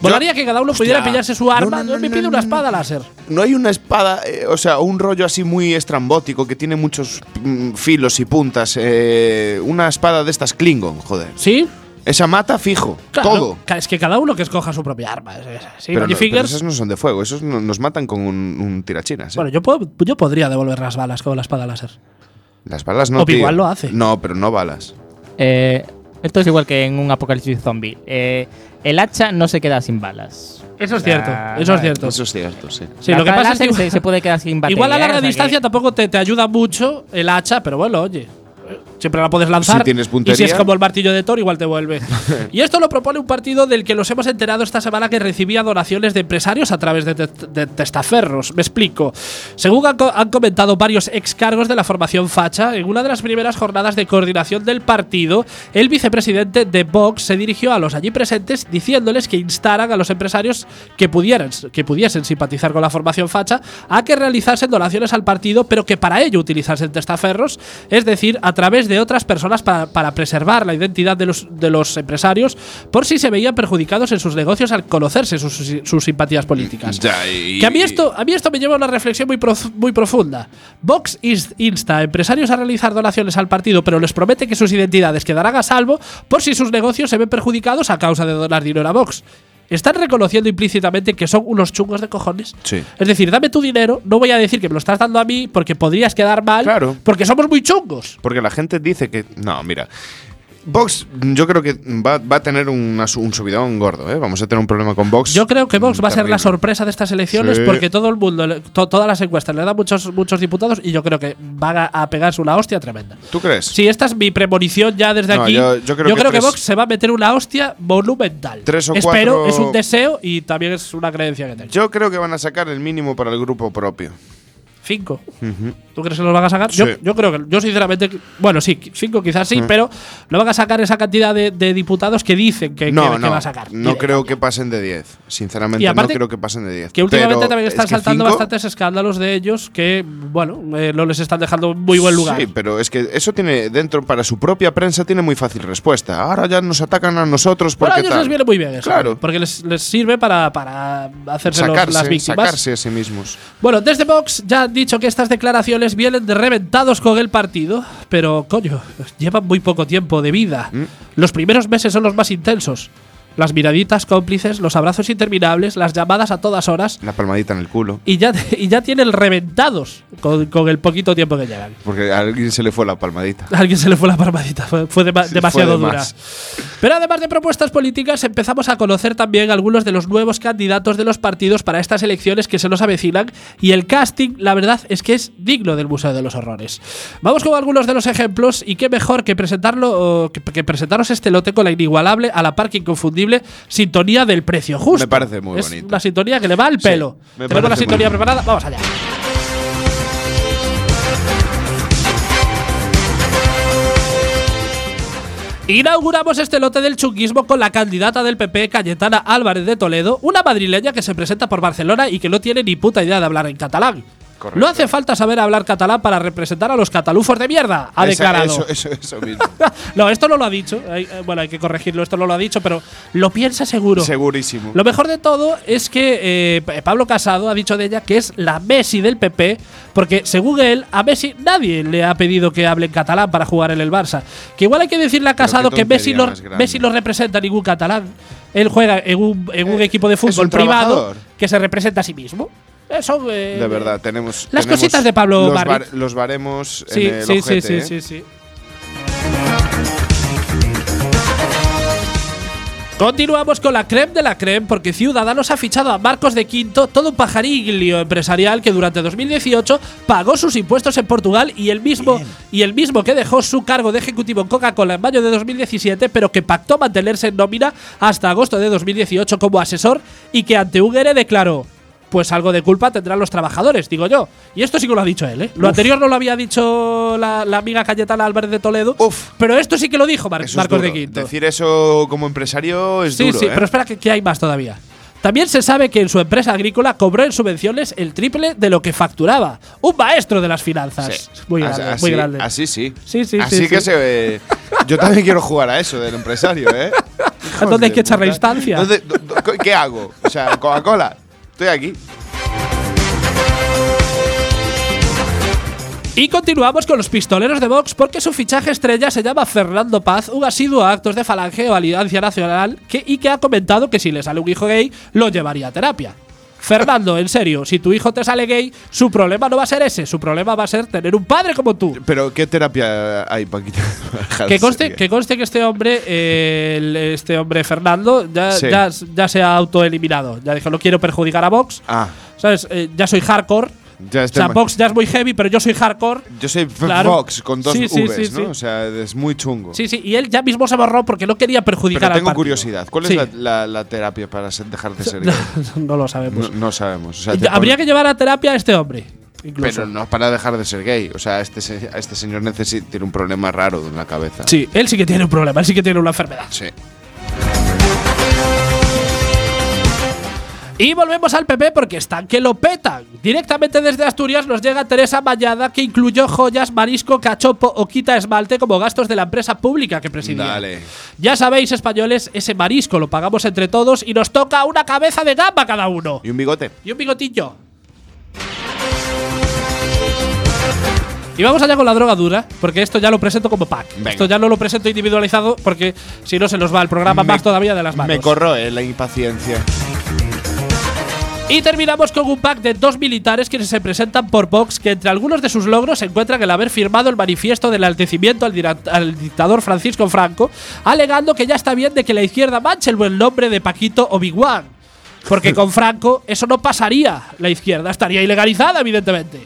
Speaker 4: Volaría que cada uno pudiera pillarse su arma.
Speaker 5: No, no,
Speaker 4: yo me
Speaker 5: no,
Speaker 4: pido
Speaker 5: no,
Speaker 4: una
Speaker 5: no,
Speaker 4: espada láser.
Speaker 5: No hay una espada, eh, o sea, un rollo así muy estrambótico que tiene muchos mm, filos y puntas. eh, una espada de estas Klingon, joder.
Speaker 4: ¿Sí?
Speaker 5: Esa mata fijo,
Speaker 4: Claro.
Speaker 5: todo.
Speaker 4: Ca- Es que cada uno que escoja su propia arma. es- es- Sí,
Speaker 5: Pero, no-
Speaker 4: Magic
Speaker 5: pero
Speaker 4: Fingers.
Speaker 5: esos no son de fuego, esos no- nos matan con un, un tirachinas. eh.
Speaker 4: Bueno, yo, puedo- yo podría devolver las balas con la espada láser.
Speaker 5: Las balas no.
Speaker 4: Obi-Wan
Speaker 5: tío.
Speaker 4: lo hace.
Speaker 5: No, pero no balas.
Speaker 2: Eh, esto es igual que en un apocalipsis zombie. Eh, el hacha no se queda sin balas.
Speaker 4: Eso es
Speaker 2: Ah,
Speaker 4: cierto. Eso es
Speaker 2: vale.
Speaker 4: cierto.
Speaker 5: Eso es cierto, sí.
Speaker 4: Sí,
Speaker 2: La
Speaker 4: lo que
Speaker 2: espada
Speaker 4: pasa es que
Speaker 2: láser se, se puede quedar sin batería.
Speaker 4: igual a
Speaker 2: o
Speaker 4: larga
Speaker 2: sea
Speaker 4: distancia tampoco te, te ayuda mucho el hacha, pero bueno, oye. Siempre la puedes lanzar.
Speaker 5: Si tienes
Speaker 4: Y si es
Speaker 5: puntería.
Speaker 4: como el martillo de Thor, igual te vuelve. y esto lo propone un partido del que nos hemos enterado esta semana que recibía donaciones de empresarios a través de, te- de testaferros. Me explico. Según han, co- han comentado varios ex cargos de la formación facha, en una de las primeras jornadas de coordinación del partido, el vicepresidente de Vox se dirigió a los allí presentes diciéndoles que instaran a los empresarios que pudieran, que pudiesen simpatizar con la formación facha a que realizasen donaciones al partido, pero que para ello utilizasen testaferros, es decir, a través de otras personas para, para preservar la identidad de los, de los empresarios por si se veían perjudicados en sus negocios al conocerse sus, sus- sus simpatías políticas.
Speaker 5: Ya, y-
Speaker 4: Que a mí esto, a mí esto me lleva a una reflexión muy, prof- muy profunda. Vox is- insta a empresarios a realizar donaciones al partido, pero les promete que sus identidades quedarán a salvo por si sus negocios se ven perjudicados a causa de donar dinero a Vox. Están reconociendo implícitamente que son unos chungos de cojones.
Speaker 5: Sí.
Speaker 4: Es decir, dame tu dinero, no voy a decir que me lo estás dando a mí porque podrías quedar mal,
Speaker 5: Claro.
Speaker 4: porque somos muy chungos.
Speaker 5: Porque la gente dice que. No, mira. Vox, yo creo que va, va a tener una su- un subidón gordo, ¿eh? Vamos a tener un problema con Vox.
Speaker 4: Yo creo que Vox va a ser la
Speaker 5: Terrible.
Speaker 4: sorpresa de estas elecciones
Speaker 5: Sí.
Speaker 4: porque todo el mundo, le- to- todas las encuestas le dan muchos, muchos diputados y yo creo que va a- a pegarse una hostia tremenda.
Speaker 5: ¿Tú crees?
Speaker 4: Sí, esta es mi premonición ya desde
Speaker 5: No,
Speaker 4: aquí.
Speaker 5: yo- yo creo que tres-
Speaker 4: Vox se va a meter una hostia monumental.
Speaker 5: Tres o
Speaker 4: Espero,
Speaker 5: cuatro-
Speaker 4: es un deseo y también es una creencia que tengo.
Speaker 5: Yo creo que van a sacar el mínimo para el grupo propio.
Speaker 4: Cinco. ¿Tú crees que los van a sacar? Yo,
Speaker 5: Sí. Mm.
Speaker 4: yo creo que, yo sinceramente, bueno, sí, cinco quizás sí, pero no van a sacar esa cantidad de, de diputados que dicen que, que-
Speaker 5: no,
Speaker 4: que
Speaker 5: no.
Speaker 4: va a sacar.
Speaker 5: No
Speaker 4: Mire,
Speaker 5: creo que pasen de 10. Sinceramente,
Speaker 4: Y aparte
Speaker 5: no creo que pasen de 10.
Speaker 4: Que últimamente
Speaker 5: Pero
Speaker 4: también están
Speaker 5: es que
Speaker 4: saltando
Speaker 5: cinco-
Speaker 4: bastantes escándalos de ellos que, bueno, eh, no les están dejando muy buen lugar.
Speaker 5: Sí, pero es que eso tiene dentro para su propia prensa tiene muy fácil respuesta. Ahora ya nos atacan a nosotros
Speaker 4: Pero
Speaker 5: porque
Speaker 4: a ellos
Speaker 5: tal.
Speaker 4: les viene muy bien eso.
Speaker 5: Claro.
Speaker 4: Porque les, les sirve para, para hacerse los-
Speaker 5: sacarse,
Speaker 4: las víctimas.
Speaker 5: sacarse a sí mismos.
Speaker 4: Bueno, desde Vox ya han dicho que estas declaraciones vienen de reventados con el partido, pero coño, llevan muy poco tiempo de vida. Los primeros meses son los más intensos. las miraditas cómplices, los abrazos interminables, las llamadas a todas horas
Speaker 5: La palmadita en el culo.
Speaker 4: y ya, y ya tienen reventados con, con el poquito tiempo que llevan.
Speaker 5: Porque a alguien se le fue la palmadita.
Speaker 4: A alguien se le fue la palmadita, fue, fue dema-
Speaker 5: Sí,
Speaker 4: demasiado
Speaker 5: fue de
Speaker 4: dura.
Speaker 5: más.
Speaker 4: Pero además de propuestas políticas, empezamos a conocer también algunos de los nuevos candidatos de los partidos para estas elecciones que se nos avecinan y el casting, la verdad, es que es digno del Museo de los Horrores. Vamos con algunos de los ejemplos y qué mejor que presentarlo o que, que presentaros este lote con la inigualable, a la par que inconfundible, sintonía del precio justo.
Speaker 5: Me parece muy
Speaker 4: es
Speaker 5: bonito.
Speaker 4: Una sintonía que le va al pelo.
Speaker 5: me
Speaker 4: Tenemos
Speaker 5: parece
Speaker 4: la
Speaker 5: muy
Speaker 4: sintonía
Speaker 5: bien.
Speaker 4: preparada, vamos allá. Inauguramos este lote del chunguismo con la candidata del PP, Cayetana Álvarez de Toledo, una madrileña que se presenta por Barcelona y que no tiene ni puta idea de hablar en catalán. No hace falta saber hablar catalán para representar a los catalufos de mierda, ha
Speaker 5: Esa-
Speaker 4: declarado.
Speaker 5: Eso, eso, eso mismo.
Speaker 4: no, esto no lo ha dicho. Hay- eh, Bueno, hay que corregirlo, esto no lo ha dicho, pero lo piensa seguro.
Speaker 5: Segurísimo.
Speaker 4: Lo mejor de todo es que eh, P- Pablo Casado ha dicho de ella que es la Messi del PP, porque según él, a Messi nadie le ha pedido que hable en catalán para jugar en el Barça. Que igual hay que decirle a Casado que
Speaker 5: tontería
Speaker 4: Messi no,
Speaker 5: más grande.
Speaker 4: Messi no representa ningún catalán. Él juega en un, en un
Speaker 5: Eh,
Speaker 4: equipo de
Speaker 5: es un
Speaker 4: fútbol privado
Speaker 5: trabajador.
Speaker 4: que se representa a sí mismo. Eso, eh,
Speaker 5: de verdad, tenemos.
Speaker 4: Las
Speaker 5: tenemos
Speaker 4: cositas de Pablo
Speaker 5: Los,
Speaker 4: Barric.
Speaker 5: los baremos
Speaker 4: Sí,
Speaker 5: en el
Speaker 4: sí, sí,
Speaker 5: ojete,
Speaker 4: sí,
Speaker 5: ¿eh?
Speaker 4: sí, sí. Continuamos con la creme de la creme porque Ciudadanos ha fichado a Marcos de Quinto, todo un pajariglio empresarial que durante 2018 pagó sus impuestos en Portugal y el mismo y el mismo que dejó su cargo de ejecutivo en Coca-Cola en mayo de 2017, pero que pactó mantenerse en nómina hasta agosto de 2018 como asesor y que ante UGR declaró pues algo de culpa tendrán los trabajadores, digo yo. Y esto sí que lo ha dicho él, ¿eh? Lo anterior no lo había dicho la, la amiga Cayetana Álvarez de Toledo,
Speaker 5: Uf.
Speaker 4: pero esto sí que lo dijo Mar-
Speaker 5: Eso es
Speaker 4: Marcos de
Speaker 5: duro.
Speaker 4: Quinto.
Speaker 5: Decir eso como empresario es
Speaker 4: Sí,
Speaker 5: duro.
Speaker 4: sí,
Speaker 5: ¿eh?
Speaker 4: pero espera que, que hay más todavía. También se sabe que en su empresa agrícola cobró en subvenciones el triple de lo que facturaba. Un maestro de las finanzas.
Speaker 5: Sí.
Speaker 4: Muy
Speaker 5: As-
Speaker 4: grande,
Speaker 5: así,
Speaker 4: muy grande.
Speaker 5: Así sí.
Speaker 4: Sí, sí,
Speaker 5: Así
Speaker 4: sí,
Speaker 5: que
Speaker 4: sí.
Speaker 5: se ve. Yo también quiero jugar a eso del empresario, ¿eh? Hijos
Speaker 4: ¿Dónde hay
Speaker 5: de
Speaker 4: que echar la
Speaker 5: puta.
Speaker 4: instancia?
Speaker 5: ¿Dónde- do- do- co- ¿Qué hago? O sea, Coca-Cola. Estoy aquí.
Speaker 4: Y continuamos con los pistoleros de Vox porque su fichaje estrella se llama Fernando Paz, un asiduo a actos de falange o alianza nacional que, y que ha comentado que si le sale un hijo gay lo llevaría a terapia. Fernando, en serio, si tu hijo te sale gay, su problema no va a ser ese, su problema va a ser tener un padre como tú.
Speaker 5: Pero, ¿qué terapia hay, Paquita?
Speaker 4: Que conste, que conste que este hombre, eh, el- este hombre Fernando, ya,
Speaker 5: Sí.
Speaker 4: ya- ya se ha autoeliminado. Ya dijo, no quiero perjudicar a Vox.
Speaker 5: Ah,
Speaker 4: ¿Sabes? Eh, ya soy hardcore.
Speaker 5: ya
Speaker 4: o
Speaker 5: está.
Speaker 4: sea, Vox ya es muy heavy, pero yo soy hardcore.
Speaker 5: Yo soy
Speaker 4: Claro.
Speaker 5: Vox con dos
Speaker 4: Sí, sí,
Speaker 5: Vs,
Speaker 4: sí,
Speaker 5: ¿no?
Speaker 4: sí.
Speaker 5: O sea, es muy chungo.
Speaker 4: Sí, sí, y él ya mismo se borró porque no quería perjudicar
Speaker 5: Pero
Speaker 4: al
Speaker 5: tengo
Speaker 4: partido.
Speaker 5: curiosidad. ¿Cuál
Speaker 4: Sí.
Speaker 5: es la, la- la terapia para ser- dejar de ser gay?
Speaker 4: no lo sabemos.
Speaker 5: No, no sabemos. O sea,
Speaker 4: Y
Speaker 5: te
Speaker 4: Habría
Speaker 5: pon-
Speaker 4: que llevar a terapia a este hombre. Incluso.
Speaker 5: Pero no para dejar de ser gay. O sea, este, se- este señor necesi- tiene un problema raro en la cabeza.
Speaker 4: Sí, él sí que tiene un problema, él sí que tiene una enfermedad.
Speaker 5: Sí.
Speaker 4: Y volvemos al PP porque están que lo petan. Directamente desde Asturias nos llega Teresa Mayada que incluyó joyas, marisco, cachopo o quita esmalte como gastos de la empresa pública que presidía.
Speaker 5: Dale.
Speaker 4: Ya sabéis, españoles, ese marisco lo pagamos entre todos y nos toca una cabeza de gamba cada uno.
Speaker 5: ¿Y un bigote?
Speaker 4: Y un bigotillo. Y vamos allá con la droga dura, porque esto ya lo presento como pack.
Speaker 5: Venga.
Speaker 4: Esto ya no lo presento individualizado porque si no se nos va el programa más todavía de las manos.
Speaker 5: Me corroe la impaciencia.
Speaker 4: Y terminamos con un pack de dos militares que se presentan por Vox, que entre algunos de sus logros se encuentran el haber firmado el manifiesto del altecimiento al, dira- al dictador Francisco Franco, alegando que ya está bien de que la izquierda manche el buen nombre de Paquito Obi-Wan. Porque con Franco eso no pasaría. La izquierda estaría ilegalizada, evidentemente.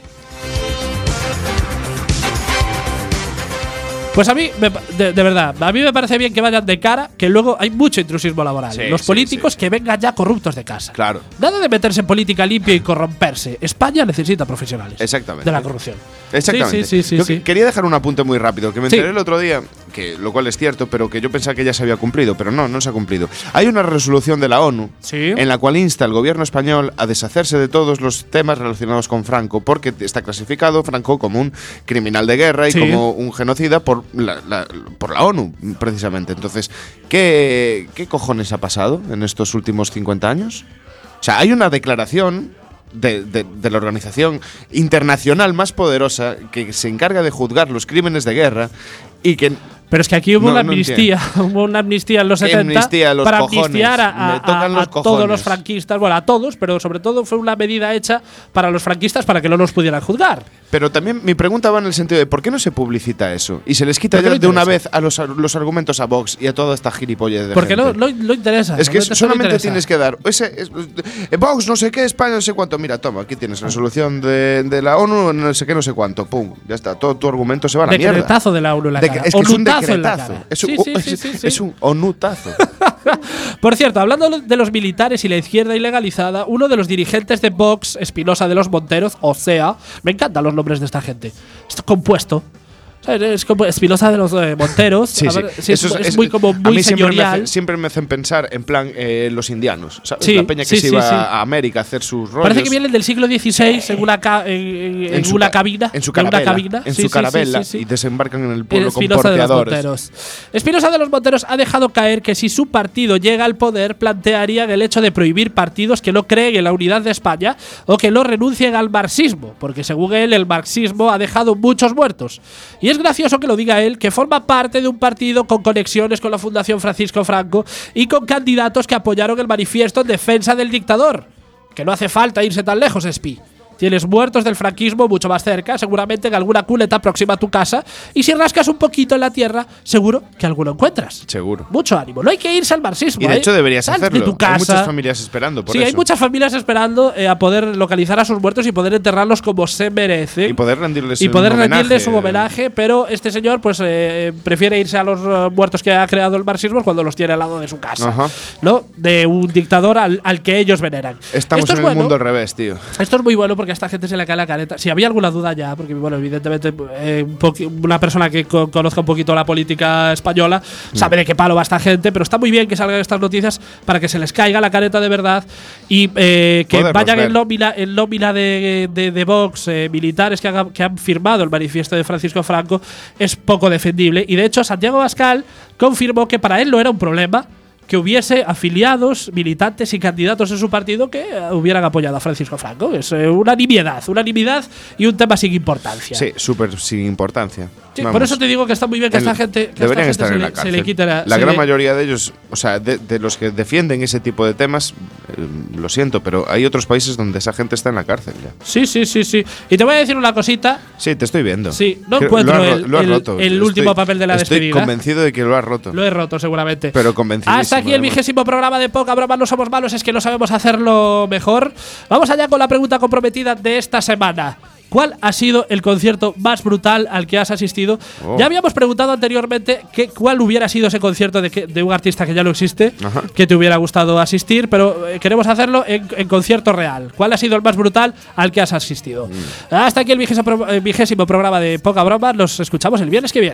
Speaker 4: Pues a mí, me pa- de, de verdad, a mí me parece bien que vayan de cara, que luego hay mucho intrusismo laboral.
Speaker 5: Sí,
Speaker 4: Los
Speaker 5: sí,
Speaker 4: políticos
Speaker 5: sí.
Speaker 4: que vengan ya corruptos de casa.
Speaker 5: Claro.
Speaker 4: Nada de meterse en política limpia y corromperse. España necesita profesionales.
Speaker 5: Exactamente.
Speaker 4: De la corrupción.
Speaker 5: Exactamente.
Speaker 4: Sí, sí, sí. sí,
Speaker 5: Yo
Speaker 4: sí.
Speaker 5: que- Quería dejar un apunte muy rápido, que me
Speaker 4: Sí.
Speaker 5: enteré el otro día, que lo cual es cierto, pero que yo pensaba que ya se había cumplido, pero no, no se ha cumplido. Hay una resolución de la ONU
Speaker 4: Sí.
Speaker 5: en la cual insta al gobierno español a deshacerse de todos los temas relacionados con Franco, porque está clasificado Franco como un criminal de guerra y
Speaker 4: Sí.
Speaker 5: como un genocida por la, la- por la ONU, precisamente. Entonces, ¿qué, ¿qué cojones ha pasado en estos últimos 50 años? O sea, hay una declaración de, de- de la organización internacional más poderosa que se encarga de juzgar los crímenes de guerra y que
Speaker 4: Pero es que aquí hubo
Speaker 5: No,
Speaker 4: una
Speaker 5: no
Speaker 4: amnistía, hubo una amnistía en los
Speaker 5: ¿Qué
Speaker 4: 70
Speaker 5: amnistía? Los
Speaker 4: para
Speaker 5: cojones.
Speaker 4: amnistiar a, a-
Speaker 5: Me tocan
Speaker 4: a-
Speaker 5: los
Speaker 4: a todos
Speaker 5: cojones.
Speaker 4: los franquistas, bueno, a todos, pero sobre todo fue una medida hecha para los franquistas para que no los pudieran juzgar.
Speaker 5: Pero también mi pregunta va en el sentido de por qué no se publicita eso y se les quita
Speaker 4: ¿Por qué
Speaker 5: ya
Speaker 4: no
Speaker 5: de una
Speaker 4: interesa?
Speaker 5: vez a los, los argumentos a Vox y a toda esta gilipollez de
Speaker 4: Porque no,
Speaker 5: gente?
Speaker 4: no, no interesa.
Speaker 5: Es que
Speaker 4: realmente eso no
Speaker 5: solamente
Speaker 4: interesa.
Speaker 5: tienes que dar. Ese, es- eh, Vox, no sé qué, España, no sé cuánto. Mira, toma, aquí tienes resolución de, de la ONU, no sé qué, no sé cuánto. Pum, ya está. Todo tu argumento se va a la mierda.
Speaker 4: Decretazo de la ONU en la
Speaker 5: De-
Speaker 4: cara.
Speaker 5: es que es un
Speaker 4: Onutazo en la
Speaker 5: decretazo.
Speaker 4: cara.
Speaker 5: Es un,
Speaker 4: Sí, sí, sí, sí,
Speaker 5: es-
Speaker 4: sí.
Speaker 5: es un onutazo.
Speaker 4: Por cierto, hablando de los militares y la izquierda ilegalizada, uno de los dirigentes de Vox, Espinosa de los Monteros, o sea, me encantan los nombres de esta gente. Es compuesto. ¿Sabes? Es como Espinosa de los eh, Monteros.
Speaker 5: Sí,
Speaker 4: A
Speaker 5: sí.
Speaker 4: ver, sí, es,
Speaker 5: Eso
Speaker 4: es muy como
Speaker 5: a
Speaker 4: muy
Speaker 5: mí siempre me,
Speaker 4: señorial.
Speaker 5: hace- siempre me hacen pensar en plan eh, los indianos. ¿sabes?
Speaker 4: Sí,
Speaker 5: la peña que
Speaker 4: sí,
Speaker 5: se
Speaker 4: sí,
Speaker 5: iba
Speaker 4: sí.
Speaker 5: a América a hacer sus rollos.
Speaker 4: Parece que vienen del siglo XVI en una, ca- en, en- en
Speaker 5: su
Speaker 4: una
Speaker 5: ca-
Speaker 4: cabina.
Speaker 5: En su
Speaker 4: de una
Speaker 5: carabela.
Speaker 4: cabina.
Speaker 5: En su
Speaker 4: Sí, sí, sí,
Speaker 5: carabela.
Speaker 4: sí, sí.
Speaker 5: Y desembarcan en el pueblo con
Speaker 4: Espinosa de los
Speaker 5: porteadores.
Speaker 4: Monteros. Espinosa de los Monteros ha dejado caer que si su partido llega al poder, plantearían el hecho de prohibir partidos que no creen en la unidad de España o que no renuncien al marxismo, porque según él, el marxismo ha dejado muchos muertos. Y es gracioso que lo diga él, que forma parte de un partido con conexiones con la Fundación Francisco Franco y con candidatos que apoyaron el manifiesto en defensa del dictador. Que no hace falta irse tan lejos, Spi. Tienes muertos del franquismo mucho más cerca, seguramente en alguna culeta próxima a tu casa. Y si rascas un poquito en la tierra, seguro que alguno encuentras.
Speaker 5: Seguro.
Speaker 4: Mucho ánimo. No hay que irse al marxismo.
Speaker 5: Y de
Speaker 4: ¿eh?
Speaker 5: hecho deberías
Speaker 4: Sal
Speaker 5: hacerlo.
Speaker 4: De tu
Speaker 5: Hay
Speaker 4: casa.
Speaker 5: muchas familias esperando por
Speaker 4: sí,
Speaker 5: eso.
Speaker 4: hay muchas familias esperando eh, a poder localizar a sus muertos y poder enterrarlos como se merece.
Speaker 5: Y poder rendirles
Speaker 4: Y
Speaker 5: un
Speaker 4: poder
Speaker 5: homenaje.
Speaker 4: rendirles un homenaje, pero este señor pues eh, prefiere irse a los eh, muertos que ha creado el marxismo cuando los tiene al lado de su casa.
Speaker 5: Ajá.
Speaker 4: ¿No? De un dictador al, al que ellos veneran.
Speaker 5: Estamos
Speaker 4: Esto
Speaker 5: en
Speaker 4: es
Speaker 5: el
Speaker 4: bueno.
Speaker 5: mundo al revés, tío.
Speaker 4: Esto es muy bueno porque a esta gente se le cae la careta. Si había alguna duda ya, porque bueno, evidentemente eh, un poqui- una persona que co- conozca un poquito la política española
Speaker 5: Mm.
Speaker 4: sabe de qué palo va esta gente, pero está muy bien que salgan estas noticias para que se les caiga la careta de verdad y eh, que
Speaker 5: Poderlos
Speaker 4: vayan
Speaker 5: ver.
Speaker 4: en nómina, en nómina de, de, de Vox, eh, militares que, hagan- que han firmado el manifiesto de Francisco Franco, es poco defendible. Y de hecho, Santiago Pascal confirmó que para él no era un problema que hubiese afiliados, militantes y candidatos en su partido que eh, hubieran apoyado a Francisco Franco. Es eh, una nimiedad, una nimiedad y un tema sin importancia.
Speaker 5: Sí, súper sin importancia.
Speaker 4: Sí,
Speaker 5: Vamos.
Speaker 4: por eso te digo que está muy bien que
Speaker 5: El-
Speaker 4: esta gente, que
Speaker 5: deberían
Speaker 4: esta
Speaker 5: estar en
Speaker 4: gente
Speaker 5: la
Speaker 4: se,
Speaker 5: cárcel.
Speaker 4: le, se le quite la, se
Speaker 5: gran
Speaker 4: le-
Speaker 5: mayoría de ellos, o sea, de, de los que defienden ese tipo de temas, eh, lo siento, pero hay otros países donde esa gente está en la cárcel ya.
Speaker 4: Sí, sí, sí, sí. Y te voy a decir una cosita
Speaker 5: Sí, te estoy viendo.
Speaker 4: Sí, no
Speaker 5: Creo-
Speaker 4: encuentro
Speaker 5: lo ha ro-
Speaker 4: el-
Speaker 5: lo ha
Speaker 4: el-
Speaker 5: roto.
Speaker 4: el
Speaker 5: Estoy-
Speaker 4: último papel de la
Speaker 5: Estoy
Speaker 4: despedida.
Speaker 5: convencido de que lo has roto.
Speaker 4: Lo he roto seguramente.
Speaker 5: Pero convencidísimo,
Speaker 4: Hasta aquí el
Speaker 5: además.
Speaker 4: vigésimo programa de Poca Broma. No somos malos, es que no sabemos hacerlo mejor. Vamos allá con la pregunta comprometida de esta semana. ¿Cuál ha sido el concierto más brutal al que has asistido?
Speaker 5: Oh.
Speaker 4: Ya habíamos preguntado anteriormente que, cuál hubiera sido ese concierto de, que- de un artista que ya no existe, que te hubiera gustado asistir, pero eh, queremos hacerlo en, en concierto real. ¿Cuál ha sido el más brutal al
Speaker 5: Mm.
Speaker 4: que has asistido? Hasta aquí el vigésimo pro- eh, vigésimo programa de Poca Broma. Nos escuchamos el viernes que viene.